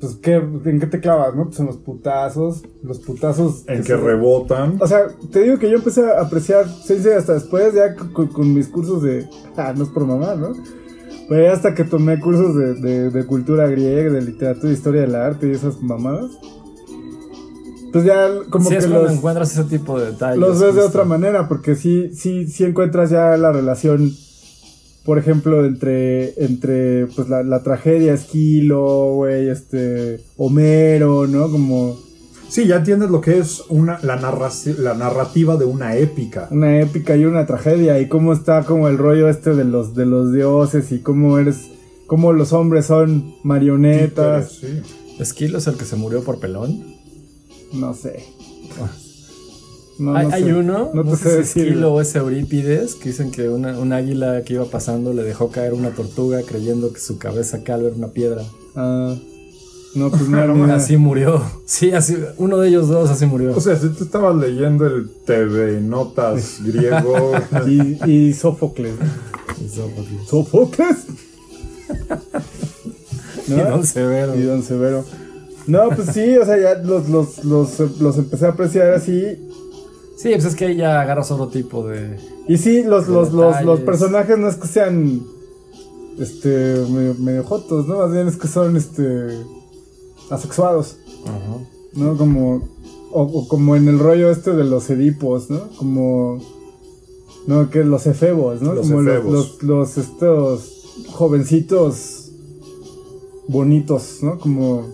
B: pues ¿qué, ¿en qué te clavas, no? Pues en los putazos, los putazos...
C: En que
B: se-
C: rebotan.
B: O sea, te digo que yo empecé a apreciar Sensei hasta después, ya con, con- con mis cursos de. Ah, no es por mamá, ¿no? Pero ya hasta que tomé cursos de, de- de cultura griega, de literatura, de historia del arte y esas mamadas. Pues ya como
A: Sí, es
B: que
A: cuando
B: los,
A: encuentras ese tipo de detalles. este,
B: los ves de
A: justo.
B: otra manera, porque sí, sí, sí encuentras ya la relación, por ejemplo, entre, entre pues la, la tragedia, Esquilo, güey, este, Homero, ¿no? Como
C: Sí, ya entiendes lo que es una, la, narraci- la narrativa de una épica.
B: una épica y una tragedia y cómo está como el rollo este de los de los dioses y cómo eres cómo los hombres son marionetas
C: Sí, sí.
A: ¿Esquilo es el que se murió por pelón?
B: no sé
A: Ah.
B: No,
A: hay,
B: no
A: hay
B: sé.
A: uno,
B: no
A: no,
B: te
A: sé
B: sé
A: si
B: decir.
A: Esquilo o es Eurípides, que dicen que una, un águila que iba pasando le dejó caer una tortuga creyendo que su cabeza calva era una piedra.
B: Ah, no pues no era una-
A: Así murió. Sí, así, uno de ellos dos así murió.
C: O
B: Pues,
C: sea, si tú estabas leyendo el TV Notas griego.
B: y, y Sófocles
A: Y
B: Sófocles ¿No?
A: Don Severo.
B: y Don Severo. No, pues sí, o sea, ya los, los, los, los empecé a apreciar así
A: Sí, pues es que ahí ya agarras otro tipo de...
B: Y sí, los,
A: De
B: los, los, los
A: detalles.
B: personajes no es que sean este, medio, medio jotos, ¿no? Más bien es que son, este, asexuados,
A: Ajá.
B: ¿no? Como, o, o como en el rollo este de los edipos, ¿no? Como, no, que los efebos, ¿no?
C: Los
B: como los-
C: efebos.
B: Los, los, estos jovencitos bonitos, ¿no? Como,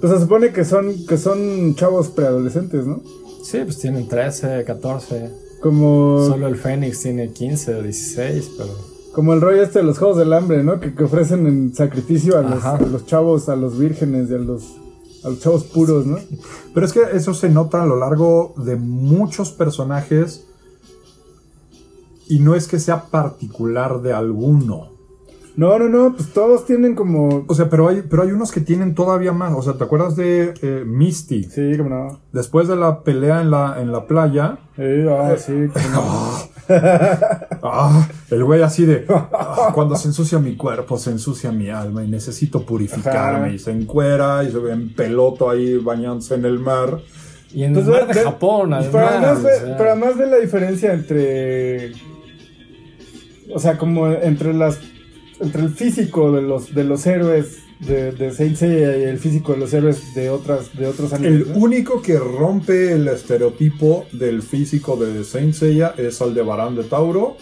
B: pues se supone que son, que son chavos preadolescentes, ¿no?
A: Sí, pues tienen 13, 14.
B: Como...
A: Solo el Fénix tiene 15 o 16, pero.
B: Como el rollo este de los Juegos del Hambre, ¿no? Que, que ofrecen en sacrificio a los,
A: Ajá.
B: a los chavos, a los vírgenes y a los, a los chavos puros, ¿no?
C: Pero es que eso se nota a lo largo de muchos personajes y no es que sea particular de alguno.
B: No, no, no, pues todos tienen como...
C: O sea, pero hay, pero hay unos que tienen todavía más. O sea, ¿te acuerdas de eh, Misty?
B: Sí, como no.
C: Después de la pelea en la, en la playa,
B: Eh, ah, sí, cómo no.
C: ah, el güey así de, "Ah, cuando se ensucia mi cuerpo, se ensucia mi alma y necesito purificarme.
B: Ajá.
C: Y se encuera y se ve en peloto ahí bañándose en el mar.
A: Y en
B: Pues
A: el
B: ve-
A: mar de
B: ve-
A: Japón, además.
B: Pero además,
A: o
B: ve,
A: sea.
B: pero además ve la diferencia entre... O sea, como entre las... Entre el físico de los, de los héroes de, de Saint Seiya y el físico de los héroes de otras de otros animes.
C: El
B: ¿no?
C: único que rompe el estereotipo del físico de Saint Seiya es Aldebarán de Tauro,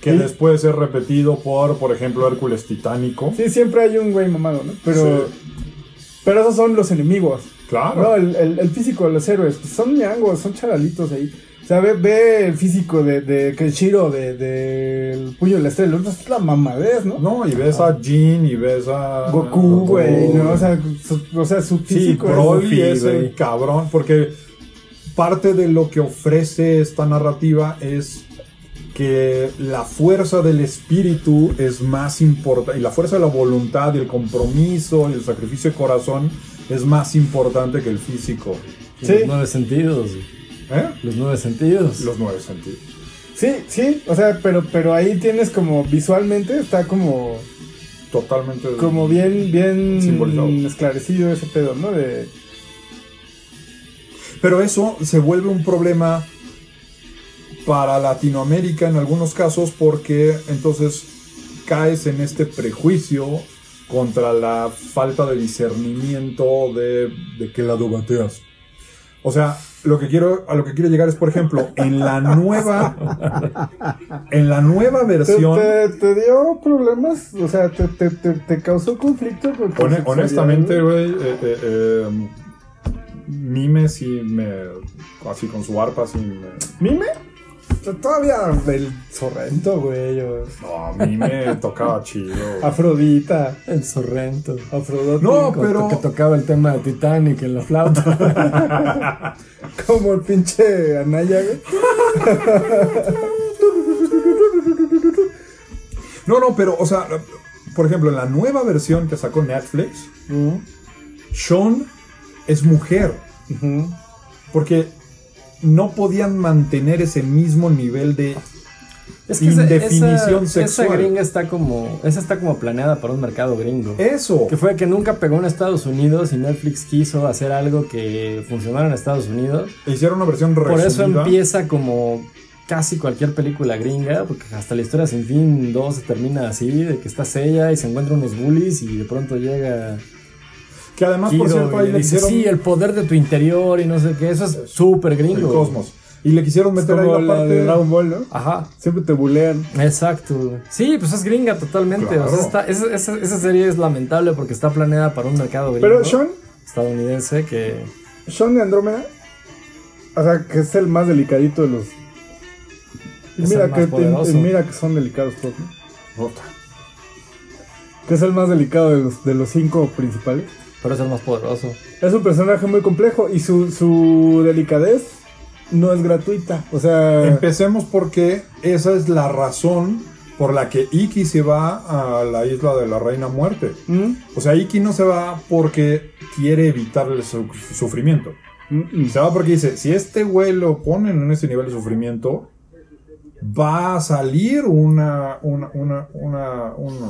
C: que
B: Sí.
C: después es repetido por, por ejemplo, Hércules Titánico.
B: Sí, siempre hay un güey mamado, ¿no? Pero, pero esos son los enemigos.
C: Claro.
B: No, el, el- el físico de los héroes. pues, son ñangos, son charalitos ahí. O sea, ve, ve el físico de, de Kenshiro, de, de El Puño de la Estrella. Esa es la mamadez, ¿no? ah.
C: No, y ves a Jin y ves a
B: Goku, güey. ¿no? O, sea, su, o sea, su
C: Sí,
B: físico es...
C: Broly
A: Goofy,
C: es el
A: güey.
C: cabrón, porque parte de lo que ofrece esta narrativa es que la fuerza del espíritu es más importante, y la fuerza de la voluntad, y el compromiso, y el sacrificio de corazón es más importante que el físico.
A: Y
B: Sí.
A: Los nueve sentidos.
C: ¿Eh?
A: Los nueve sentidos.
C: Los nueve sentidos.
B: Sí, sí. O sea, pero, pero ahí tienes como visualmente está como...
C: Totalmente.
B: Como bien, bien
C: Simbolizado.
B: esclarecido ese pedo, ¿no? De...
C: Pero eso se vuelve un problema para Latinoamérica en algunos casos porque entonces caes en este prejuicio contra la falta de discernimiento de, de qué lado bateas. O sea, lo que quiero, a lo que quiero llegar es, por ejemplo, en la nueva, en la nueva
B: ¿Te,
C: versión,
B: te, te dio problemas? O sea, ¿te, te, te, te causó conflicto? con tu
C: hone-
B: sexualidad,
C: honestamente,
B: güey?
C: güey, eh, eh, eh, Mime sí me, así con su arpa, sí me,
B: ¿Mime? Todavía el Sorrento, güey. o
C: No, a mí me tocaba chido.
B: Afrodita,
A: El Sorrento.
B: Afrodota.
C: No,
A: Con-
C: pero-
A: Que tocaba el tema de Titanic en la flauta.
B: Como el pinche Anaya, güey.
C: No, no, pero, o sea, por ejemplo, en la nueva versión que sacó Netflix, Sean es mujer.
B: Ujú.
C: Porque no podían mantener ese mismo nivel de.
A: Es que esa-
C: Indefinición
A: esa,
C: sexual.
A: Esa gringa está como. Esa está como planeada para un mercado gringo.
C: Eso.
A: Que fue que nunca pegó en Estados Unidos y Netflix quiso hacer algo que funcionara en Estados Unidos.
C: Hicieron una versión
A: Por eso
C: resumida.
A: empieza como casi cualquier película gringa, porque hasta la historia sin fin 2 se termina así, de que está Sella y se encuentran unos bullies y de pronto llega
C: Que además, Ah, por
A: Kido
C: cierto,
A: y
C: ahí
A: le
C: le
A: dice,
C: hicieron
A: sí, el poder de tu interior y no sé qué, eso es súper
C: el
A: gringo.
C: cosmos. Y le quisieron
B: Es
C: meter ahí
B: como
C: la
B: la
C: parte.
B: de Dragon Ball, ¿no?
A: Ajá,
B: Siempre te bulean.
A: exacto. Sí, pues es gringa totalmente.
C: Claro.
A: o sea, está- esa, esa- esa serie es lamentable porque está planeada para un mercado gringo
B: Pero Sean,
A: estadounidense que...
B: Sean de Andrómeda, o sea, que es el más delicadito de los. Y
A: Es el
B: mira,
A: más
B: que, y-
A: poderoso.
B: y mira que son delicados todos, ¿no?
C: Puta.
B: Que es el más delicado de los, de los cinco principales.
A: Pero es el más poderoso.
B: Es un personaje muy complejo y su, su delicadez no es gratuita. O sea,
C: Empecemos porque esa es la razón por la que Iki se va a la isla de la Reina Muerte.
B: ¿Mm?
C: O sea, Iki no se va porque quiere evitar el su- sufrimiento.
B: Mm, mm.
C: Se va porque dice, si este güey lo ponen en ese nivel de sufrimiento, va a salir una, una, una, una, una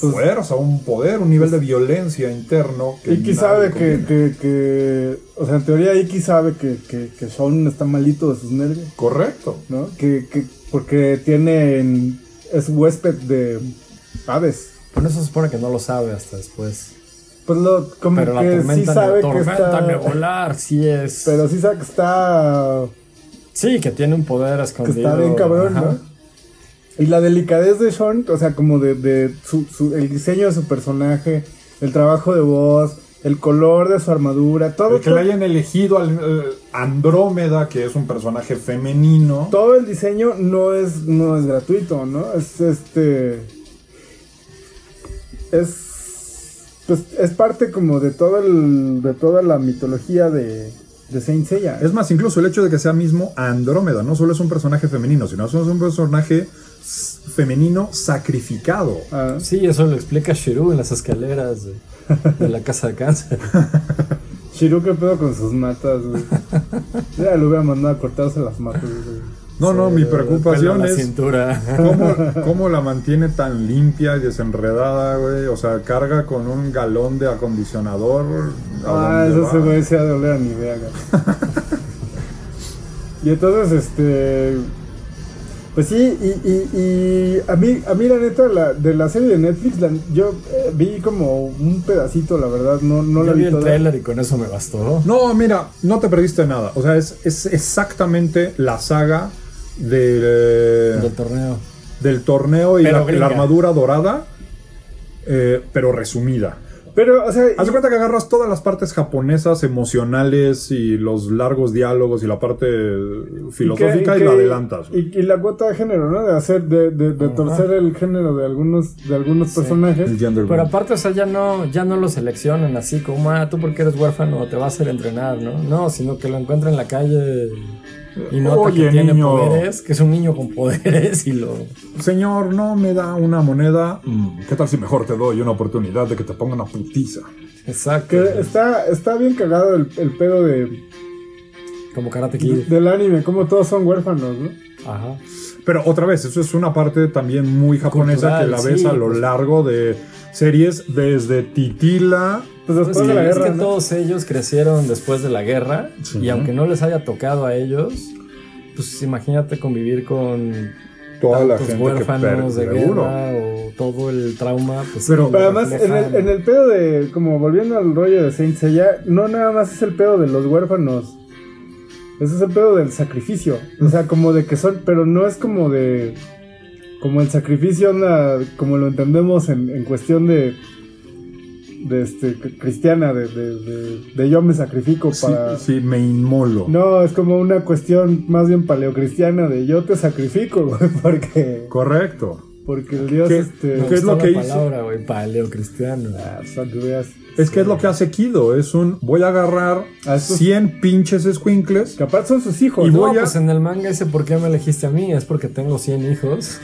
B: Pues
C: fuerza, un poder, un nivel de violencia interno. que
B: Iki
C: nadie
B: sabe que,
C: conviene.
B: que, que- o sea, en teoría Iki sabe que, que, que Sean está malito de sus nervios,
C: Correcto.
B: ¿no? Que, que- porque tiene en, es huésped de aves.
A: Bueno, eso se supone que no lo sabe hasta después.
B: Pues lo, como
A: Pero la
B: que sí
A: tormenta,
B: sabe
A: de
B: que
A: tormenta
B: está.
A: volar, sí es.
B: Pero sí sabe que está.
A: sí, que tiene un poder
B: que
A: escondido.
B: está bien cabrón,
A: Ajá.
B: ¿no? Y la delicadez de Sean, o sea, como de, de su, su- el diseño de su personaje, el trabajo de voz, el color de su armadura, todo,
C: El que le
B: todo,
C: hayan elegido al eh, Andrómeda, que es un personaje femenino.
B: todo el diseño no es, no es gratuito, ¿no? Es este. Es. Pues es parte como de todo el. de toda la mitología de. de Saint Seiya. ¿eh?
C: Es más, incluso el hecho de que sea mismo Andrómeda, no solo es un personaje femenino, sino es un personaje s- femenino sacrificado.
B: Ah.
A: Sí, eso lo explica Shiru en las escaleras de, de la casa de cáncer.
B: Shiru, ¿qué pedo con sus matas, güey? Ya lo voy a mandar a cortarse las matas, güey.
C: No, no,
A: Pelo
C: mi
A: en
C: preocupación
A: la
C: es
A: cintura.
C: cómo, cómo la mantiene tan limpia y desenredada, güey. O sea, carga con un galón de acondicionador. a
B: Ah,
C: donde
B: eso se
C: va.
B: güey se ha de oler a mi verga. y entonces, este. Pues sí, y, y- y a, mí, a mí la neta la- de la serie de Netflix, la- yo eh, vi como un pedacito, la verdad, no, no
A: Yo
B: la vi,
A: vi el
B: toda.
A: trailer y con eso me bastó.
C: No, mira, no te perdiste nada. O sea, es, es exactamente la saga de-
A: Del torneo.
C: del torneo y
A: Pero
C: la, la
A: gringa.
C: armadura dorada, eh, pero resumida.
B: Pero, o sea, y-
C: Haz de cuenta que agarras todas las partes japonesas, emocionales y los largos diálogos y la parte eh, filosófica y,
B: que-
C: la
B: que-
C: adelantas. güey.
B: Y, y la cuota de género, ¿no? De hacer, de, de- de
A: Ajá.
B: torcer el género de algunos, de algunos personajes.
C: El gender
A: Pero
C: bend.
A: aparte, o sea, ya no, ya no lo seleccionan así como, ah, tú porque eres huérfano te vas a ir a entrenar, ¿no? No, sino que lo encuentra en la calle y nota
C: Oye,
A: que tiene
C: niño.
A: poderes, que es un niño con poderes y lo...
C: Señor, no me da una moneda. Mm, ¿Qué tal si mejor te doy una oportunidad de que te pongan una putiza?
A: Exacto.
B: Que está, está bien cagado el, el pedo de,
A: Como Karate Kid.
B: del anime, como todos son huérfanos, ¿no?
A: Ajá.
C: Pero otra vez, eso es una parte también muy japonesa
A: Cultural,
C: que la ves
A: sí,
C: a lo
A: pues.
C: largo de series desde Titila.
B: Pues
A: Es
B: después
A: que,
B: de la
A: es
B: guerra.
A: que
B: ¿no?
A: todos ellos crecieron después de la guerra
C: Sí.
A: y aunque no les haya tocado a ellos, pues imagínate convivir con
C: Toda la
A: tantos
C: gente que
A: huérfanos de
C: per- seguro.
A: guerra o todo el trauma. Pues,
C: Pero-
A: sí,
B: Pero
A: lo
B: además, en
A: reflejan.
B: el, en el pedo de, como volviendo al rollo de Saint Seiya, no nada más es el pedo de los huérfanos. Ese es el pedo del sacrificio. O sea, como de que son, pero no es como de, como el sacrificio, onda, como lo entendemos en, en cuestión de, de este, cr- cristiana, de, de- de- de yo me sacrifico
C: Sí,
B: para...
C: sí, me inmolo.
B: No, es como una cuestión más bien paleocristiana de yo te sacrifico, güey, porque,
C: Correcto.
B: porque el Dios,
C: ¿Qué?
B: este...
A: Me
C: ¿Qué es
A: gustó
C: lo
A: la
C: que hizo?
A: palabra, güey, paleocristiano.
B: Ah, o sea, que veas.
C: Es que es lo que hace Kido. Es un voy a agarrar
B: A estos-
C: 100 pinches squinkles.
B: Capaz son sus hijos.
C: Y
B: ¿no?
A: No,
C: voy a-
A: pues en el manga ese ¿por qué me elegiste a mí? Es porque tengo 100 hijos.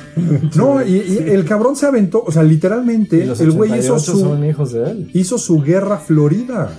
C: No, y, y el cabrón se aventó. O sea,
A: Y
C: literalmente,
A: los
C: el güey hizo
A: 88 son
C: su,
A: hijos de él.
C: hizo su guerra florida.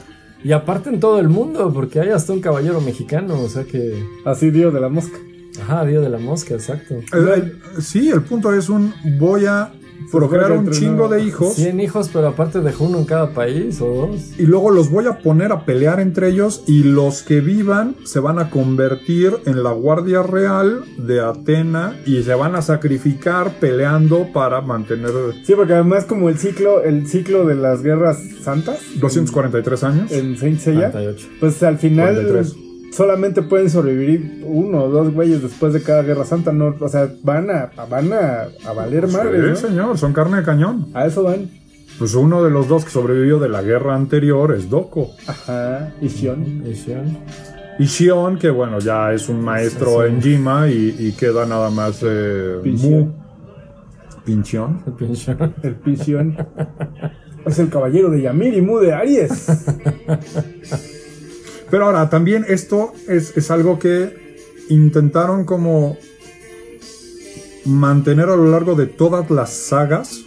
A: Y aparte en todo el mundo, porque hay hasta un caballero mexicano, o sea que...
B: Así dio de la mosca.
A: Ajá, Dios de la Mosca, exacto.
C: El- el- sí, el punto es un voy a procrear un chingo de hijos.
A: 100 hijos, pero aparte dejó uno en cada país o dos.
C: Y luego los voy a poner a pelear entre ellos y los que vivan se van a convertir en la Guardia Real de Atena y se van a sacrificar peleando para mantener
B: Sí, porque además como el ciclo, el ciclo de las guerras santas
C: 243 años.
B: en Saint Seiya,
A: 48.
B: pues al final
C: 43.
B: solamente pueden sobrevivir uno o dos güeyes después de cada guerra santa, no, o sea, van a, van a, a valer madre,
C: Pues Sí, señor, son carne de cañón.
B: A eso van.
C: Pues uno de los dos que sobrevivió de la guerra anterior es Doko.
B: Ajá. Y Shion.
A: Y Shion.
C: Y Shion, que bueno, ya es un maestro
A: Sí, sí.
C: en Jima y, y queda nada más eh,
B: Pinchión.
C: Mu. Pinchión.
A: El pinchón.
B: El Pishion. es el caballero de Yamir y Mu de Aries.
C: Pero ahora, también esto es, es algo que intentaron como mantener a lo largo de todas las sagas,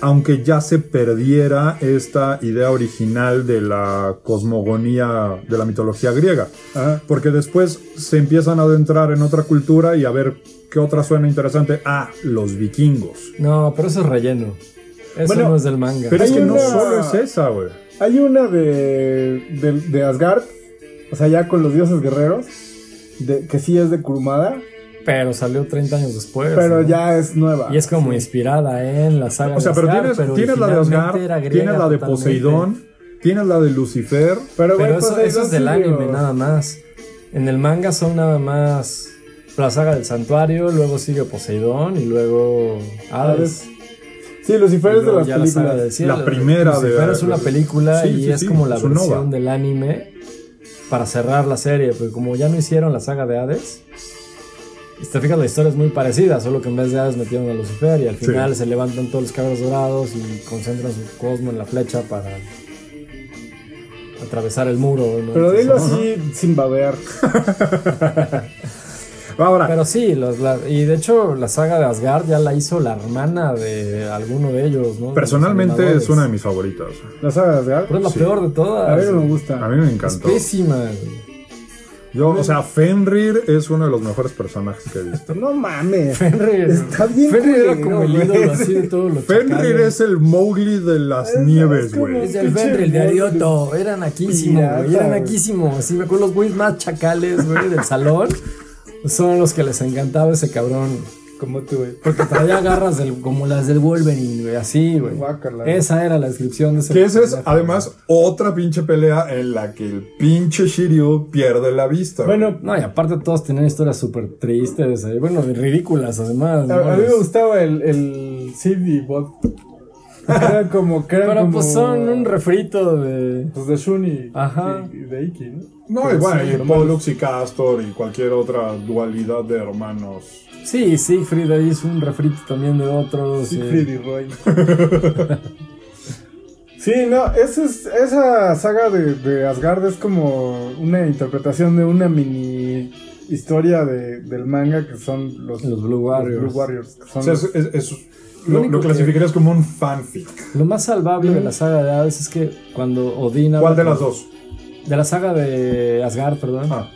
C: aunque ya se perdiera esta idea original de la cosmogonía de la mitología griega.
B: Ajá.
C: Porque después se empiezan a adentrar en otra cultura y a ver qué otra suena interesante. Ah, los vikingos.
A: No, pero eso es relleno. Eso
B: Bueno,
A: no es del manga.
C: Pero es
B: Hay
C: que no
B: una-
C: solo es esa, güey.
B: Hay una de, de, de Asgard, o sea, ya con los dioses guerreros, de, que sí es de Kurumada,
A: pero salió 30 años después.
B: Pero
A: ¿no?
B: ya es nueva.
A: Y es como inspirada en la saga
C: O sea,
A: de
C: pero
A: Asgard,
C: tienes,
A: pero
C: tienes la de
A: originalmente
C: Asgard,
A: era griega
C: tienes la de
A: totalmente.
C: Poseidón, tienes la de Lucifer.
A: Pero
B: Pero, güey,
A: eso,
B: pues,
A: eso
B: ahí
A: es del
B: los
A: anime
B: sirios.
A: nada más. En el manga son nada más la saga del santuario, luego sigue Poseidón y luego Hades.
C: Ah,
B: Hades. Sí, Lucifer
A: Y
B: es de
A: luego
B: las
A: ya la saga del
B: películas.
A: cielo.
C: La primera de-
A: Lucifer es una película
C: Sí,
A: y
C: sí,
A: es
C: sí,
A: como la
C: es un
A: versión
C: OVA.
A: del anime para cerrar la serie, porque como ya no hicieron la saga de Hades, y si te fijas la historia es muy parecida, solo que en vez de Hades metieron a Lucifer y al
C: Sí.
A: final se levantan todos los cabros dorados y concentran su cosmo en la flecha para atravesar el muro. ¿no?
B: Pero
A: Entonces,
B: dilo así sin babear.
C: Ahora,
A: Pero sí, los- la- y de hecho la saga de Asgard ya la hizo la hermana de alguno de ellos, ¿no? De los
C: personalmente es
A: animadores.
C: una de mis favoritas.
B: ¿La sabes, Asgard?
A: Pero es la
C: Sí.
A: peor de todas.
B: A mí no me
C: A
B: gusta.
C: mí me
A: Es
C: encantó.
A: pésima. güey.
C: Yo, o sea, Fenrir es uno de los mejores personajes que he visto.
B: No mames.
A: Fenrir.
B: Está bien
A: Fenrir era
B: culero,
A: como el
B: güey.
A: ídolo así de todos los
C: Fenrir
A: chacales.
C: es el Mowgli de las
B: Es-
C: nieves,
B: es como-
C: güey.
A: Es el Fenrir de Arioto. Era naquísimo, güey. Era
B: Pirata,
A: naquísimo. Sí, me acuerdo los güeyes más chacales, güey, del salón. Son los que les encantaba ese cabrón.
B: Como tú, güey.
A: Porque traía garras del- como las del Wolverine, güey. Así, güey.
B: Guácala.
A: Esa era la descripción de ese
C: Que esa es,
A: personaje.
C: además, otra pinche pelea en la que el pinche Shiryu pierde la vista. güey.
B: Bueno,
A: No, y aparte todos tenían historias súper tristes, eh, bueno, ridículas además. ¿no?
B: a, a mí me
A: Les-
B: gustaba el, el CD bot. Era como que eran
A: Pero pues
B: como-
A: son un refrito de...
B: Pues de Shuni
A: Ajá.
B: Y, y de Iki, ¿no?
C: no, y
A: pero
C: bueno,
A: Pues sí,
C: y Pollux y Castor y cualquier otra dualidad de hermanos.
A: Sí, Siegfried ahí hizo un refrito también de otros. eh.
B: Siegfried y Roy. sí, no, esa, es- esa saga de, de Asgard es como una interpretación de una mini historia de, del manga que son los,
A: Los Blue Warriors.
B: Blue Warriors que son
C: O sea,
B: los-
C: es, es- es-
A: Lo
C: lo,
A: único
C: lo
A: que-
C: clasificarías como un fanfic.
A: Lo más salvable de la saga de Hades es que cuando Odín... habla
C: ¿Cuál de
A: con-
C: las dos?
A: De la saga de Asgard, perdón.
C: Ah,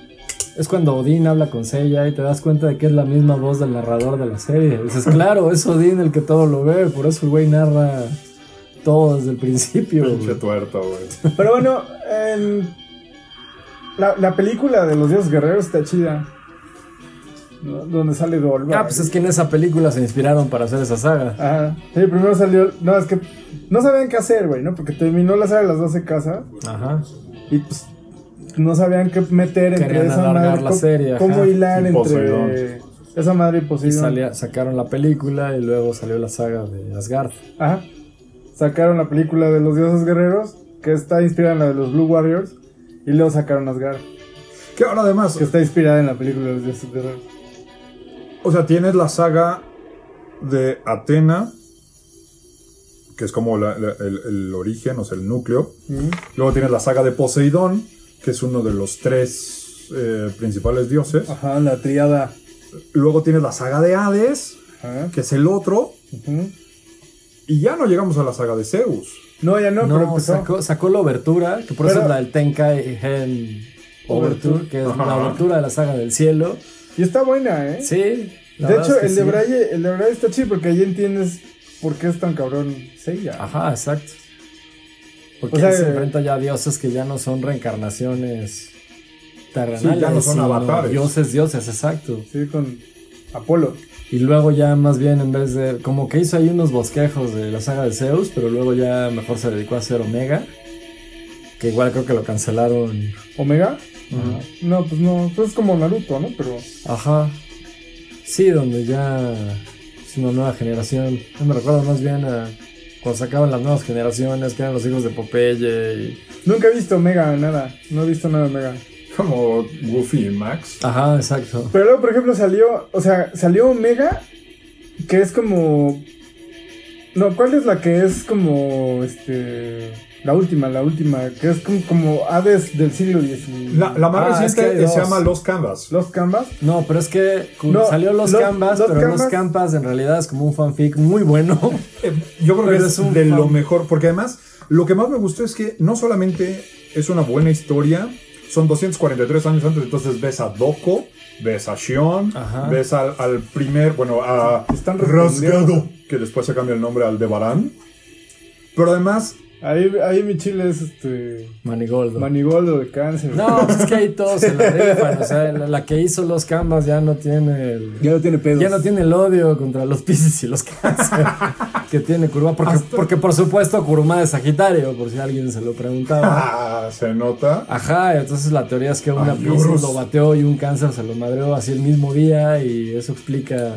A: Es cuando Odín habla con Seiya y te das cuenta de que es la misma voz del narrador de la serie. Dices, claro, es Odín el que todo lo ve, por eso el güey narra todo desde el principio.
C: pinche
A: güey.
C: tuerto, güey.
B: Pero bueno, en- la, la película de los dioses guerreros está chida. ¿no? Donde sale Dolva.
A: Ah, pues es que en esa película se inspiraron para hacer esa saga.
B: Ajá. Sí, primero salió. No, es que no sabían qué hacer, güey, ¿no? Porque terminó la saga de las 12 casas
A: Ajá.
B: y pues no sabían qué meter
A: Querían
B: entre esa
A: alargar
B: madre.
A: la
B: cómo-
A: serie, ajá.
B: Cómo hilar
C: Y
B: entre
C: Poseidón.
B: esa madre y
A: Y
B: Poseidón.
A: salía- sacaron la película y luego salió la saga de Asgard.
B: Ajá. Sacaron la película de los dioses guerreros, que está inspirada en la de los Blue Warriors, y luego sacaron Asgard,
C: Que ahora además,
B: que está inspirada en la película de los dioses guerreros.
C: o sea, tienes la saga de Atena, que es como la- la- el, el origen, o sea, el núcleo.
A: Mm.
B: Ujú.
C: Luego tienes la saga de Poseidón, que es uno de los tres eh, principales dioses.
A: Ah.
B: Ajá, la triada.
C: Luego tienes la saga de Hades,
B: Ajá.
C: que es el otro.
B: Ujú.
C: Y ya no llegamos a la saga de Zeus.
B: No, ya no,
A: No,
B: pero empezó.
A: sacó, sacó la obertura, que por eso
B: Pero-
A: es la del Tenkai Hen Overture, que es la
C: Ajá.
A: obertura de la saga del cielo.
B: Y está buena, ¿eh?
A: Sí. la
B: de
A: verdad
B: hecho,
A: es que
B: el, de
A: sí.
B: Braille, el de Braille está chido porque ahí entiendes por qué es tan cabrón Seiya.
A: Ajá, exacto. Porque
B: O sea,
A: él se
B: eh,
A: enfrenta ya a dioses que ya no son reencarnaciones terrenales.
C: Sí, ya no son
A: sino
C: avatares.
A: Dioses, dioses, exacto.
B: Sí, con Apolo.
A: Y luego ya más bien en vez de... Como que hizo ahí unos bosquejos de la saga de Zeus, pero luego ya mejor se dedicó a hacer Omega. Que igual creo que lo cancelaron.
B: ¿Omega?
A: Ajá.
B: No, pues no. Pues es como Naruto, ¿no? Pero.
A: Ajá. Sí, donde ya es una nueva generación. Yo me recuerdo más bien a cuando sacaban las nuevas generaciones, que eran los hijos de Popeye y...
B: Nunca he visto Omega, nada. No he visto nada de Omega.
C: Como Goofy y Max.
A: Ajá, exacto.
B: Pero luego, por ejemplo, salió. O sea, salió Omega, que es como. No, ¿cuál es la que es como. Este. La última, la última. Que es como, como Hades del siglo XIX.
C: La, la más
A: Ah, es que
C: reciente
A: hay
C: se
A: dos.
C: llama Los Canvas.
B: Los Canvas.
A: No, pero es que cu-
B: No,
A: salió Los
B: Los-
A: Canvas,
B: Los
A: pero Los
B: Canvas-
A: Canvas en realidad es como un fanfic muy bueno.
C: Eh, Yo creo que
A: Pero
C: es,
A: es un
C: de
A: fan-
C: lo mejor, porque además lo que más me gustó es que no solamente es una buena historia, son 243 años antes, entonces ves a Doko, ves a Shion,
A: Ajá.
C: ves al, al primer, bueno, a
B: Están
C: Rasgado, que después se cambia el nombre al de Barán. Pero además
B: Ahí, ahí mi chile es este.
A: Manigoldo.
B: Manigoldo de cáncer.
A: no, pues es que ahí todos se la rifan. O sea, la, la que hizo los canvas ya no tiene el.
B: Ya no tiene pedos.
A: Ya no tiene el odio contra los Pisces y los Cáncer que tiene Kuruma. Porque, porque, por supuesto, Kuruma es Sagitario, por si alguien se lo preguntaba.
C: Ah, se nota.
A: Ajá, entonces la teoría es que una
C: Ay,
A: Pisces
C: Dios.
A: lo bateó y un Cáncer se lo madreó así el mismo día y eso explica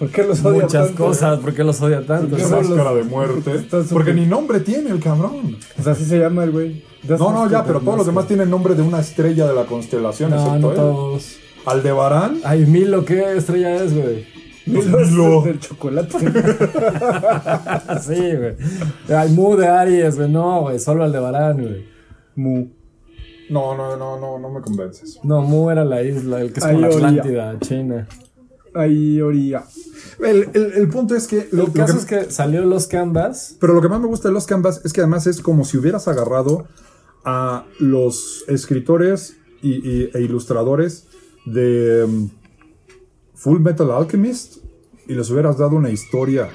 B: ¿Por qué los odia
A: muchas
B: tanto?
A: cosas, por qué los odia tanto.
B: Porque
A: ¿sabes?
C: Esa
B: son los-
C: máscara de muerte.
B: Está súper-
C: Porque ni nombre tiene el cabrón.
B: O sea, así se llama el güey.
C: No, no, ya, Este, pero todos los demás tienen nombre de una estrella de la constelación,
A: No, no
C: excepto él.
A: todos.
C: Aldebarán.
A: Ay, Milo, ¿qué estrella es, güey?
C: Los
B: Milo.
C: Milo.
B: Del chocolate.
A: Así, Ah, güey. Ay, Mu de Aries, güey. No, güey, solo Aldebarán, güey.
B: Mu.
C: No, no, no, no, no me convences.
A: No, Mu era la isla, el que es
B: Ay,
A: como la
B: oría.
A: Atlántida, China.
B: Ahí, Oria.
C: El, el- el punto es que. lo-
A: El
C: lo
A: caso
C: que-
A: es que salió los canvas.
C: Pero lo que más me gusta de los canvas es que además es como si hubieras agarrado a los escritores y, y- e ilustradores de mm, Full Metal Alchemist y les hubieras dado una historia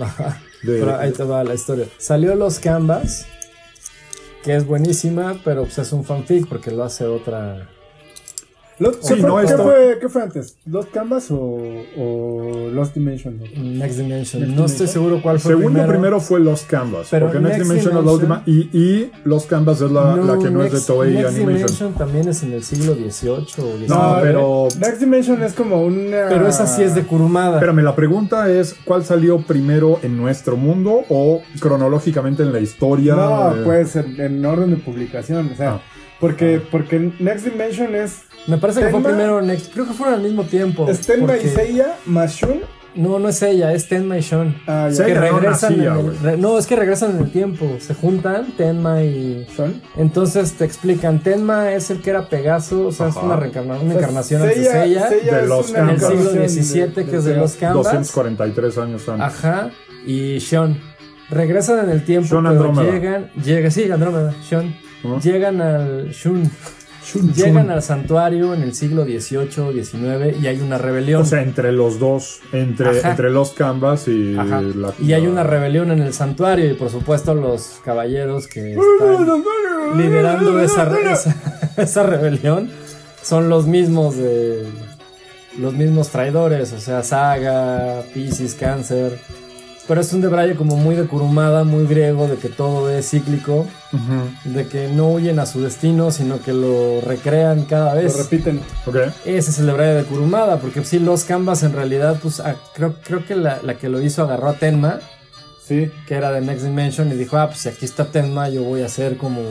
C: de...
A: Pero ahí te va la historia. Salió los canvas, que es buenísima, pero pues es un fanfic porque lo hace otra.
B: Los-
C: Sí,
B: ¿qué, fue,
C: no,
B: ¿qué,
C: está-
B: fue, qué fue antes? ¿Lost Canvas o, o Lost Dimension?
A: Next Dimension.
B: Next
A: No estoy
B: Dimension.
A: seguro cuál fue
C: Según yo,
A: primero.
C: primero fue Los Canvas,
A: Pero
C: porque Next,
A: Next
C: Dimension es la última y, y Los Canvas es la, la que no es
A: Next-
C: de Toei
A: Next
C: Animation.
A: Dimension también es en el siglo XVIII o XIX.
C: No, pero,
B: Next Dimension es como una.
A: Pero esa sí es de Kurumada.
C: espérame, la pregunta es, ¿cuál salió primero en nuestro mundo o cronológicamente en la historia?
B: No,
C: Eh,
B: pues en, en orden de publicación. O sea,
C: Ah.
B: porque, porque Next Dimension es.
A: Me parece que fue
B: Tenma-
A: primero Next. Creo que fueron al mismo tiempo.
B: Es
A: Oh,
B: Tenma y
A: porque-
B: Seiya más Shun.
A: No, no es ella, es Tenma y Shon.
B: Ah, ya.
C: Sí.
A: Que
C: Ella no
A: regresan
C: nacía,
A: en
C: güey.
A: el, re- no, es que regresan en el tiempo. Se juntan Tenma y.
B: Shun.
A: Entonces te explican, Tenma es el que era Pegaso, o sea, es
C: Ajá.
A: una, reencarna- una
B: O sea,
A: encarnación antes
B: Seiya-
A: de ella.
B: Seiya
C: de
B: es
C: los
B: una
A: en el
C: Canvas.
A: siglo
B: encarnación
A: XVII, que es de los Canvas.
C: 243 años antes.
A: Ajá. Y Shon. Regresan en el tiempo,
C: Shon
A: pero
C: Andrómeda.
A: llegan. Llega, sí, Andrómeda, Shon.
C: Ujú.
A: Llegan al Shun.
C: Shun,
A: Llegan
C: shun.
A: al santuario en el siglo XVIII, XIX y hay una rebelión.
C: O sea, entre los dos, entre,
A: Ajá.
C: entre los canvas y
A: Ajá.
C: la...
A: Y hay
C: la-
A: una rebelión en el santuario y por supuesto los caballeros que están liderando esa, esa, esa rebelión son los mismos de los mismos traidores, o sea, Saga, Pisces, Cáncer. Pero es un debraye como muy de Kurumada, muy griego, de que todo es cíclico,
C: Ujú.
A: de que no huyen a su destino, sino que lo recrean cada
B: Lo
A: vez.
B: repiten.
C: Ok.
A: Ese es el debraye de Kurumada, porque sí, los Canvas en realidad, pues a- creo, creo que la, la que lo hizo agarró a Tenma
B: Sí.
A: que era de Next Dimension y dijo, ah, pues si aquí está Tenma, yo voy a hacer como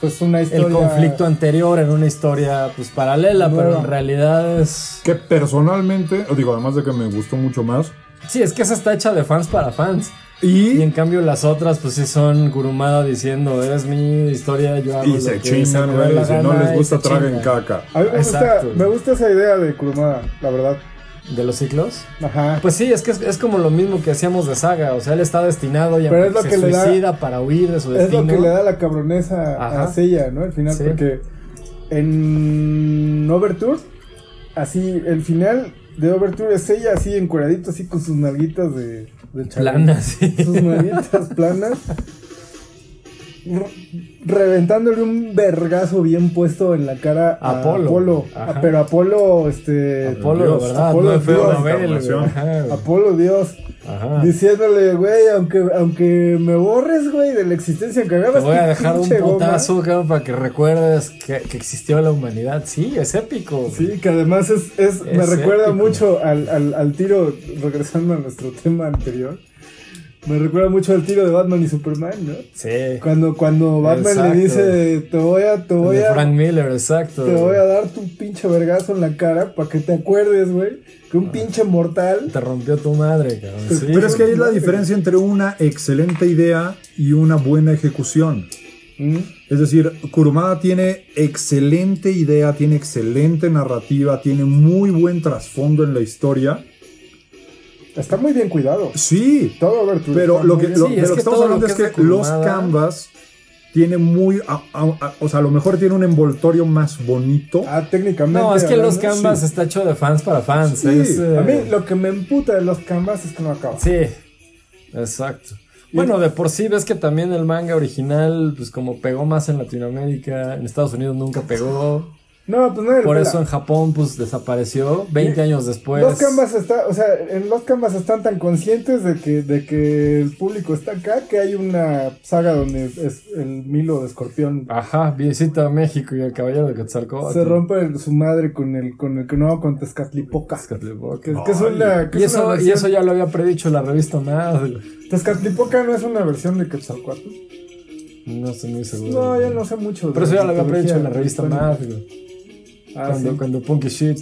B: Pues una historia.
A: el conflicto anterior en una historia pues paralela, pero
B: Nueva.
A: en realidad es...
C: Que personalmente, os digo, además de que me gustó mucho más.
A: Sí, es que esa está hecha de fans para fans. Y
C: Y,
A: en cambio las otras pues sí son Kurumada diciendo, es mi historia, yo hago...
C: y
A: lo
C: se
A: que se
C: chingan,
A: me da
C: güey.
A: la
C: Si no
A: gana
C: les
A: y
C: gusta,
A: se
C: traguen
A: chingan".
C: caca.
B: A mí me gusta,
A: Exacto.
B: me gusta esa idea de Kurumada, la verdad.
A: ¿De los ciclos?
B: Ajá.
A: Pues sí, es que es, es como lo mismo que hacíamos de Saga, o sea, él está destinado y
B: Pero es
A: aunque
B: lo
A: se
B: que le da-
A: suicida para huir de su
B: Es
A: destino.
B: lo que le da la cabroneza a
A: Ajá.
B: Seiya, ¿no? Al final,
A: Sí.
B: porque en Overture, así, el final de Overture es Seiya así encueradito, así con sus nalguitas de, de chaval.
A: Plana, sí.
B: Sus nalguitas planas. re- Reventándole un vergazo bien puesto en la cara a Apolo.
A: Apolo.
B: A-
A: Ajá.
B: pero Apolo, este.
A: Apolo,
C: Dios,
A: de verdad,
B: Apolo,
A: no es feo
B: Dios,
A: Nobel, güey.
C: encarnación.
A: Ajá.
B: Apolo, Dios.
A: Ajá.
B: Diciéndole, güey, aunque, aunque me borres, güey, de la existencia, aunque
A: Te
B: agarras
A: voy a
B: tu
A: dejar un
B: pinche goma.
A: potazo, cabrón, para que recuerdes que, que existió la humanidad. Sí, es épico.
B: Sí, que además es, es- me
A: Es
B: recuerda
A: épico.
B: mucho al, al- al tiro, regresando a nuestro tema anterior, me recuerda mucho al tiro de Batman y Superman, ¿no?
A: Sí.
B: Cuando, cuando Batman
A: Exacto.
B: le dice, te voy a, te voy
A: De
B: a,
A: Frank Miller, exacto.
B: te voy a dar tu pinche vergazo en la cara para que te acuerdes, güey, que
A: Ah.
B: un pinche mortal...
A: Te rompió tu madre, cabrón.
B: Pues
A: Sí.
C: Pero es que ahí es la diferencia entre una excelente idea y una buena ejecución.
B: ¿Mm?
C: Es decir, Kurumada tiene excelente idea, tiene excelente narrativa, tiene muy buen trasfondo en la historia.
B: Está muy bien cuidado.
C: Sí,
B: Todo Overture.
C: Pero
B: está
C: lo
B: muy
C: que,
B: bien
C: lo-
A: Sí,
C: de
A: es
C: lo que
A: que
C: estamos
A: todo lo
C: hablando
A: que
C: es
A: es
C: que
A: de
C: los
A: Kurumada-
C: canvas tienen muy. a- a- a- o sea, a lo mejor tiene un envoltorio más bonito.
B: Ah, técnicamente.
A: No, es que los
B: hablando,
A: canvas está hecho de fans para fans.
C: Sí,
A: es, eh,
B: A mí lo que me emputa de los canvas es que no acaba.
A: Sí, exacto. Bueno, de por sí ves que también el manga original, pues como pegó más en Latinoamérica, en Estados Unidos nunca pegó.
B: No, pues no
A: Por eso en Japón, pues desapareció 20 años después.
B: Los canvas está, o sea, en los canvas están tan conscientes de que, de que el público está acá que hay una saga donde es el Milo de Escorpión
A: Ajá, visita a México y el caballero de Quetzalcóatl.
B: se rompe el- su madre con el con el que no con Tezcatlipoca. Que,
A: Tezcatlipoca.
B: que es una, que
A: Y
B: es una
A: eso, y
B: versión-
A: eso ya lo había predicho la revista Mad.
B: Tezcatlipoca no es una versión de Quetzalcoatl.
A: No estoy muy seguro.
B: No, ya no sé mucho. de
A: Pero eso ya lo había
B: mitología
A: predicho en la revista
B: prehispánica.
A: Mad. güey.
B: Ah,
A: cuando,
B: sí.
A: cuando Punky Shit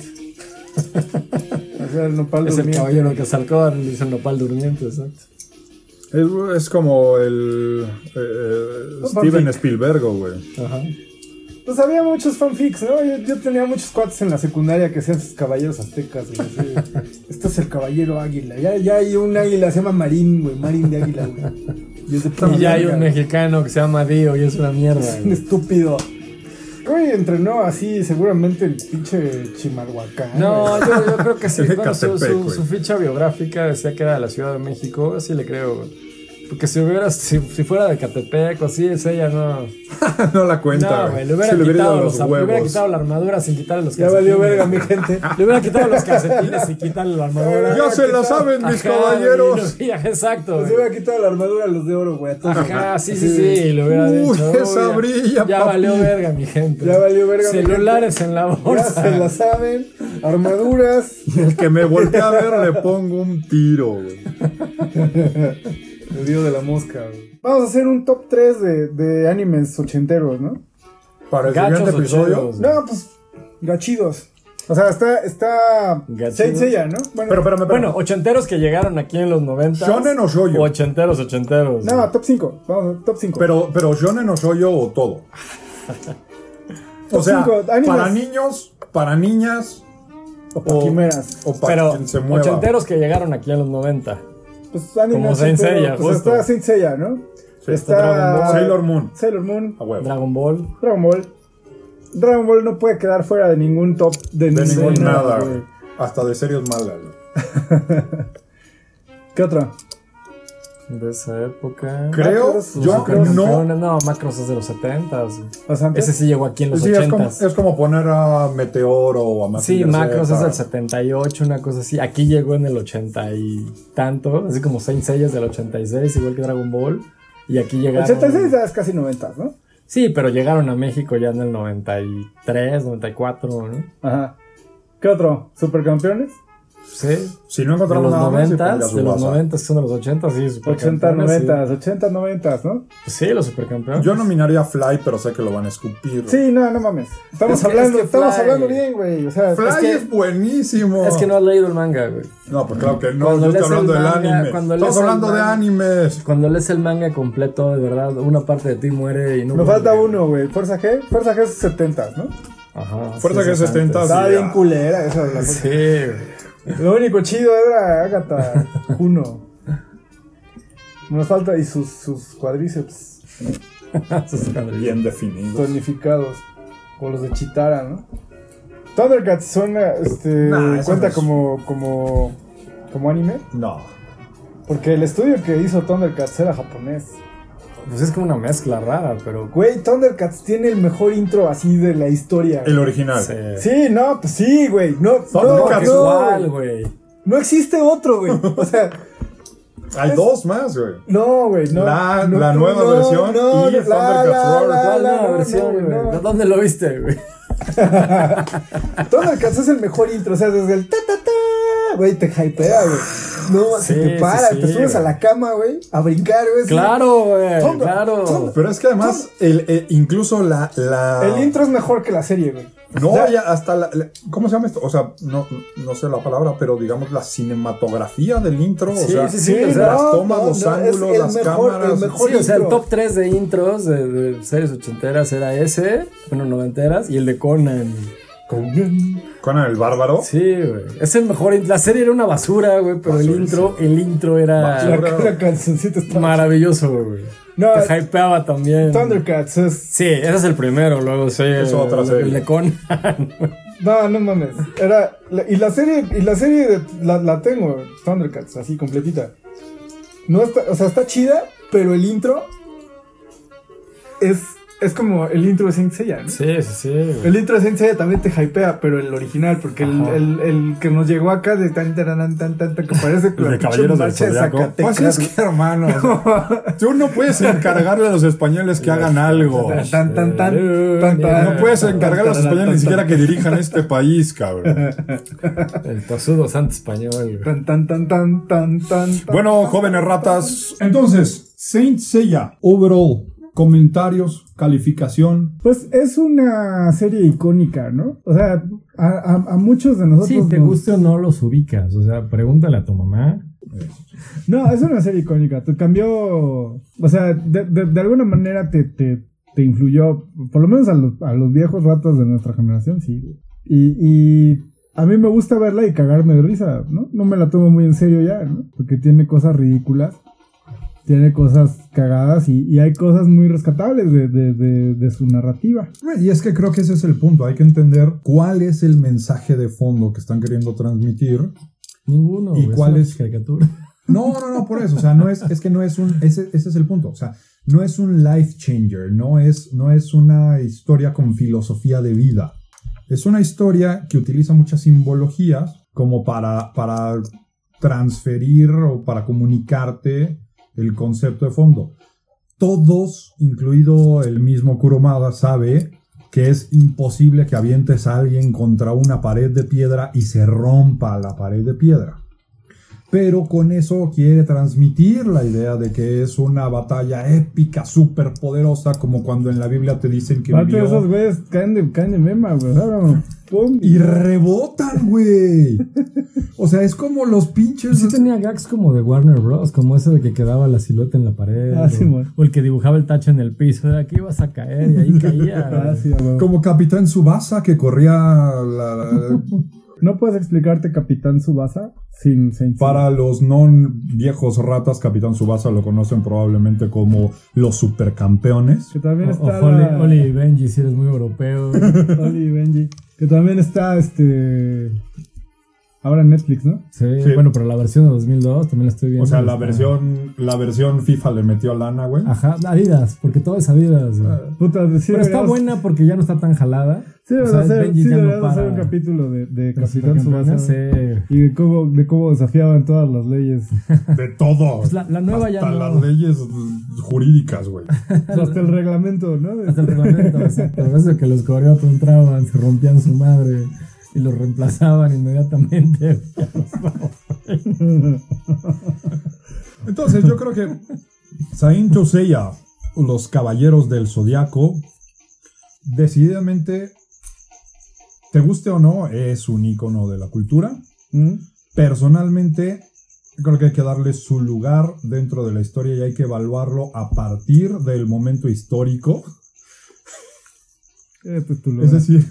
B: O sea, el nopal
A: es el
B: durmiente.
A: caballero de Quetzalcóatl, dice el nopal durmiente, exacto.
C: Es, es como el eh, eh,
B: Un
C: Steven
B: fanfic.
C: Spielberg, güey.
A: Ajá.
B: Pues había muchos fanfics, ¿no? Yo, yo tenía muchos cuates en la secundaria que hacían sus caballeros aztecas, güey. así. este es el caballero águila. Ya, ya hay un águila, se llama Marín, güey. Marín de águila, güey. Y, es de puta
A: Y ya hay
B: verga,
A: un
B: güey.
A: mexicano que se llama Dio y es una mierda.
B: Es un
A: güey.
B: estúpido. Güey, entrenó así, seguramente el pinche Chimalhuacán.
A: No,
B: güey.
A: yo, yo creo que sí.
C: Es de
A: Bueno, su,
C: Catepec,
A: su-
C: güey.
A: su ficha biográfica decía que era de la Ciudad de México, así le creo. güey. Porque si hubiera, si, si fuera de Catepec o así, es ella no.
C: no la cuenta.
A: No, güey, le
C: Se
A: hubiera,
C: ido
A: quitado los, le hubiera quitado la armadura sin quitarle los
B: Ya valió verga mi
A: güey.
B: gente.
A: Le hubiera quitado los calcetines y quitarle la armadura.
C: Ya se la saben, mis
A: Ajá,
C: caballeros.
A: y- y- exacto.
B: Les
A: güey.
B: iba a quitar la armadura a los de oro, güey. a todos.
A: Ajá, sí, sí, sí, le hubiera
C: Uy,
A: dicho.
C: esa
A: ya-
C: brilla,
A: Ya
C: papi.
A: valió verga, mi gente.
B: Ya valió verga, mi gente.
A: Celulares en la
B: Ya
A: bolsa.
B: se la saben. Armaduras.
C: El que me voltea a ver le pongo un tiro, güey.
B: El dios de la mosca, güey. Vamos a hacer un top 3 de, de animes ochenteros, ¿no?
C: Para el
A: Gachos
C: siguiente episodio.
A: ocheros.
B: No, pues, gachidos. O sea, está, está
A: Gachidos.
B: Saint Seiya, ¿no? Bueno,
C: Pero espérame, espérame.
A: Bueno, ochenteros que llegaron aquí en los 90.
C: ¿Shonen o shoujo?
A: Ochenteros, ochenteros.
B: no, top 5. Vamos, top 5.
C: Pero, pero Shonen no soy yo o todo. O
B: Top
C: sea,
B: cinco, animes.
C: para niños, para niñas
B: o pa' quimeras.
C: o para
A: pero
C: quien se mueva.
A: ochenteros que llegaron aquí en los 90.
B: Pues anime
A: Como Saint
B: ochentero,
A: Seiya,
B: pues,
A: justo.
B: está Saint Seiya, ¿no?
C: Sí,
A: está Dragon Ball.
C: Sailor Moon.
B: Sailor Moon.
C: A huevo.
A: Dragon Ball.
B: Dragon Ball. Dragon Ball no puede quedar fuera de ningún top de,
C: De ningún
B: ningún
C: nada,
B: güey.
C: güey. Hasta de series malas, güey.
B: ¿Qué otra?
A: De esa época.
C: Creo,
B: Macros,
C: yo
A: Macros,
C: no.
A: campeones. No, Macros es de los 70.
B: ¿Las antes?
A: Ese sí llegó aquí en los
C: Sí, es como,
A: 80.
C: es como poner a Meteoro o a
A: Sí,
C: Mazinger
A: Macros es
C: Z.
A: del 78, una cosa así. Aquí llegó en el 80 y tanto, así como Saint Seiya es del 86, igual que Dragon Ball. Y aquí llegaron.
B: 86 ya es casi 90, ¿no?
A: Sí, pero llegaron a México ya en el 93, 94, ¿no?
B: Ajá. ¿Qué otro? ¿Supercampeones?
A: Sí.
C: Si no
A: De
C: encontramos
A: los
C: nada más, sí pondría
A: 90,
C: su
A: de los
C: WhatsApp.
A: 90 que son de los 80, sí,
B: 80,
A: supercampeones,
B: 90, 80, 90, ¿no?
A: Sí, Sí, los supercampeones.
C: Yo nominaría a Fly, pero sé que lo van a escupir.
B: Sí, no, no mames. Estamos
A: Es que-
B: hablando,
A: es que
B: estamos
A: Fly-
B: hablando bien, güey. O sea,
C: Fly
A: Es
C: es,
A: que-
C: buenísimo.
A: Es que no has leído el manga, güey.
C: No, pues claro que no.
A: Cuando
C: Yo estoy
A: lees el
C: hablando del
A: manga, cuando lees
C: anime. Estamos
A: el
C: hablando de
A: manga.
C: animes.
A: Cuando lees el manga completo, de verdad, una parte de ti muere y no.
B: me falta
A: vuelve.
B: uno, güey. Fuerza G, Fuerza G es 70, ¿no?
A: Ajá. sí,
C: Fuerza que
A: es
C: es 70.
A: antes.
B: Estaba
C: sí,
B: bien
C: ah.
B: culera esa de la fuerza.
A: Sí, güey.
B: Lo único chido era Agatha Juno. Nos falta y sus, sus cuadríceps
A: Sus madres.
C: Bien definidos.
B: tonificados. O los de Chitara, ¿no? Thundercats suena, este,
C: Nah, eso
B: cuenta
C: no es-
B: como, como, como anime.
C: No.
B: Porque el estudio que hizo Thundercats era japonés.
A: Pues es como una mezcla rara, pero.
B: Güey, Thundercats tiene el mejor intro así de la historia.
C: El original.
A: se-
B: Sí, no, pues sí, güey. No, no,
C: Thundercats
B: no,
A: Igual, güey.
B: no existe otro, güey. O sea,
C: Hay dos más, güey.
B: no, güey, no.
C: La-
B: No,
C: la
B: no,
C: nueva
B: no,
C: versión
B: no, no,
C: y
B: la,
C: Thundercats
B: la,
C: Roar.
B: la,
A: ¿Cuál
B: la,
A: nueva
B: no,
A: versión,
B: no,
A: güey?
B: no.
A: ¿Dónde lo viste, güey?
B: Thundercats es el mejor intro, o sea, desde el ta ta ta, güey, te hypea, güey. No,
A: Sí,
B: se te
A: sí,
B: para,
A: sí,
B: te subes
A: güey.
B: a la cama, güey, a brincar, güey. así.
A: Claro, güey.
B: Thunder-
A: Claro.
B: Thunder-
C: Pero es que además, el, el- incluso la, la-
B: El intro es mejor que la serie, güey.
C: No,
B: O sea,
C: ya hasta la, la- ¿Cómo se llama esto? O sea, no, no sé la palabra, pero digamos la cinematografía del intro. o
A: Sí,
C: sea,
A: sí, sí,
B: Sí,
A: o sea,
B: no,
C: las tomas,
B: no,
C: los
B: no, es
C: ángulos,
B: el
C: las
B: mejor- el
C: cámaras.
B: mejor
A: Sí, o sea, el
B: intro.
A: top 3 de intros de, de series ochenteras era ese, bueno, noventeras, y el de Conan.
C: Conan el Bárbaro.
A: Sí, güey. Es el mejor intro. La serie era una basura, güey, pero el
C: Basura,
A: intro, el intro era
C: Basura.
B: La, la cancioncita está...
A: maravilloso, güey.
B: No,
A: Te hypeaba también.
B: Thundercats es...
A: Sí, ese es el primero, luego sí.
C: Es otra
A: el,
C: serie.
A: el de Conan.
B: No, no mames. Era... la- y la serie, y la serie de- la, la tengo, Thundercats, así completita. No está, o sea, está chida,
D: pero el intro es, es como el intro de Saint Seiya, ¿no?
E: Sí, sí, sí. güey.
D: El intro de Saint Seiya también te hypea, pero el original, porque el,
E: Ajá.
D: el- el que nos llegó acá de tan tan tan tan tan que parece que
C: El de
D: la pinche
C: Caballeros del
D: marcha de
C: Zodiaco.
D: Zacatecas,
F: Pues es que, hermano, tú no puedes encargarle a los españoles que hagan algo.
D: güey. tan tan tan
E: Eh,
D: tan tan.
E: no
F: No puedes encargar a los
D: Tan, tan,
F: españoles ni
D: tan,
F: siquiera que dirijan este país, cabrón.
E: El tosudo santo español. güey.
D: tan tan tan tan tan tan. tan.
F: Bueno, jóvenes ratas,
C: Entonces, Saint Seiya, overall, comentarios, calificación.
B: Pues es una serie icónica, ¿no? O sea, a, a- a muchos de nosotros.
C: Si te
B: nos-
C: gusta o no los ubicas, o sea, pregúntale a tu mamá.
B: No, es una serie icónica. Te cambió. O sea, de, de- de alguna manera te, te, te influyó. Por lo menos a los, a los viejos ratas de nuestra generación, sí. Y, y a mí me gusta verla y cagarme de risa, ¿no? No me la tomo muy en serio ya, ¿no? Porque tiene cosas ridículas. Tiene cosas cagadas y, y hay cosas muy rescatables de, de- de- de su narrativa.
C: Y es que creo que ese es el punto, hay que entender cuál es el mensaje de fondo que están queriendo transmitir.
E: Ninguno.
C: ¿Y
E: güey,
C: cuál
E: una
C: es?
E: caricatura?
C: No, no, no, por eso, o sea, no es, es que no es un, ese, ese es el punto, o sea, no es un life changer, no es, no es una historia con filosofía de vida. Es una historia que utiliza muchas simbologías como para, para transferir o para comunicarte el concepto de fondo. Todos, incluido el mismo Kuromada, sabe que es imposible que avientes a alguien contra una pared de piedra y se rompa la pared de piedra. Pero con eso quiere transmitir la idea de que es una batalla épica, superpoderosa, como cuando en la Biblia te dicen que
B: Aparte de
C: vivió
B: esos güeyes caen de, caen de mema, güey. Ahora, pum,
C: y rebotan, güey. O sea, es como los pinches.
A: Sí tenía gags como de Warner Bros, como ese de que quedaba la silueta en la pared.
B: Ah,
A: o,
B: sí, bueno.
A: o el que dibujaba el tacho en el piso, era que ibas a caer y ahí caía.
B: Ah, sí, güey.
C: Como Capitán Subasa que corría la-
B: No puedes explicarte Capitán Subasa sin Saint Seiya.
C: para los non viejos ratas, Capitán Subasa lo conocen probablemente como los supercampeones.
B: Que también
A: O, o
B: está
A: Oli,
B: la-
A: Oli y Benji, si eres muy europeo.
B: Oli y Benji. Que también está este. Ahora en Netflix, ¿no?
A: Sí,
C: Sí.
A: bueno, pero la versión de 2002 también la estoy viendo.
C: O sea, la
A: Está-
C: versión, la versión FIFA le metió lana, güey.
A: Ajá, Adidas, porque todo es Adidas. güey.
B: Puta, Ah, sí
A: pero está
B: deberíamos-
A: buena porque ya no está tan jalada.
B: Sí,
A: O
B: deberíamos
A: sea,
B: hacer,
A: Benji
B: sí
A: ya no
B: deberíamos hacer
A: para.
B: un capítulo de, de
A: Los
B: Capitán Subasa.
A: supercampeones, sí.
B: Y de cómo, de cómo desafiaban todas las leyes.
C: De todo.
A: Pues la, la nueva ya
C: Hasta
A: no.
C: las leyes jurídicas, güey.
B: O sea, hasta el reglamento, ¿no? De-
A: Hasta el reglamento, exacto. A veces que los coreanos entraban, se rompían su madre y los reemplazaban inmediatamente.
C: Entonces, yo creo que Saint Seiya, los caballeros del zodiaco, decididamente, te guste o no, es un icono de la cultura.
B: ¿Mm?
C: Personalmente, creo que hay que darle su lugar dentro de la historia y hay que evaluarlo a partir del momento histórico.
B: Este es tu lugar.
C: Es decir,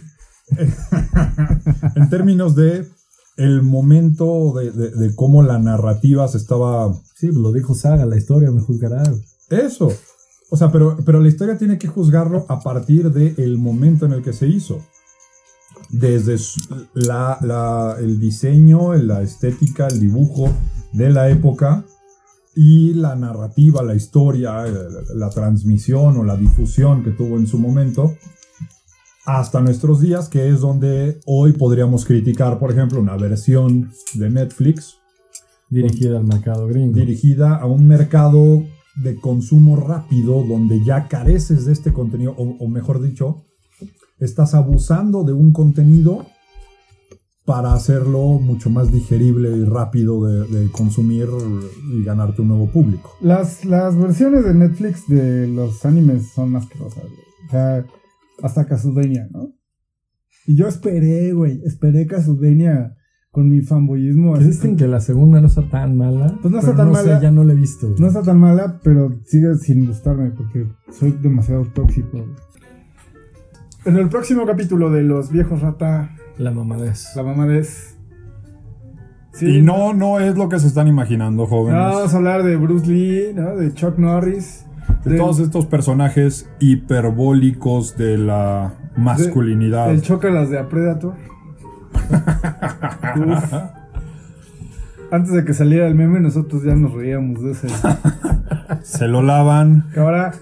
C: en términos de el momento de, de- de cómo la narrativa se estaba
A: Sí, lo dijo Saga, la historia me juzgará.
C: Eso. O sea, pero, pero la historia tiene que juzgarlo a partir del momento en el que se hizo. Desde su- la- la- el diseño, la estética, el dibujo de la época y la narrativa, la historia, el- la transmisión o la difusión que tuvo en su momento hasta nuestros días, que es donde hoy podríamos criticar, por ejemplo, una versión de Netflix
A: Dirigida al mercado gringo.
C: dirigida a un mercado de consumo rápido donde ya careces de este contenido, o, o mejor dicho, estás abusando de un contenido para hacerlo mucho más digerible y rápido de, de consumir y ganarte un nuevo público.
B: Las, las versiones de Netflix de los animes son asquerosas, güey. O sea, hasta Castlevania, ¿no? Y yo esperé, güey, esperé Castlevania con mi fanboyismo. así
A: Pues Dicen que la segunda no está tan mala.
B: Pues no está
A: pero
B: tan
A: no sé,
B: mala.
A: ya no la he visto.
B: No está tan mala, pero sigue sin gustarme porque soy demasiado tóxico. güey.
D: En el próximo capítulo de los viejos rata,
E: La mamadez.
D: la mamá es.
F: y no, no es lo que se están imaginando, jóvenes.
D: No,
B: Ah,
D: vamos a hablar de Bruce Lee, ¿no? De Chuck Norris.
F: de
D: del-
F: todos estos personajes hiperbólicos de la
C: Ah,
F: masculinidad.
D: El Chocalas de A Predator. Uf.
B: antes de que saliera el meme, nosotros ya nos reíamos de ese.
C: Se lo lavan.
B: Que ahora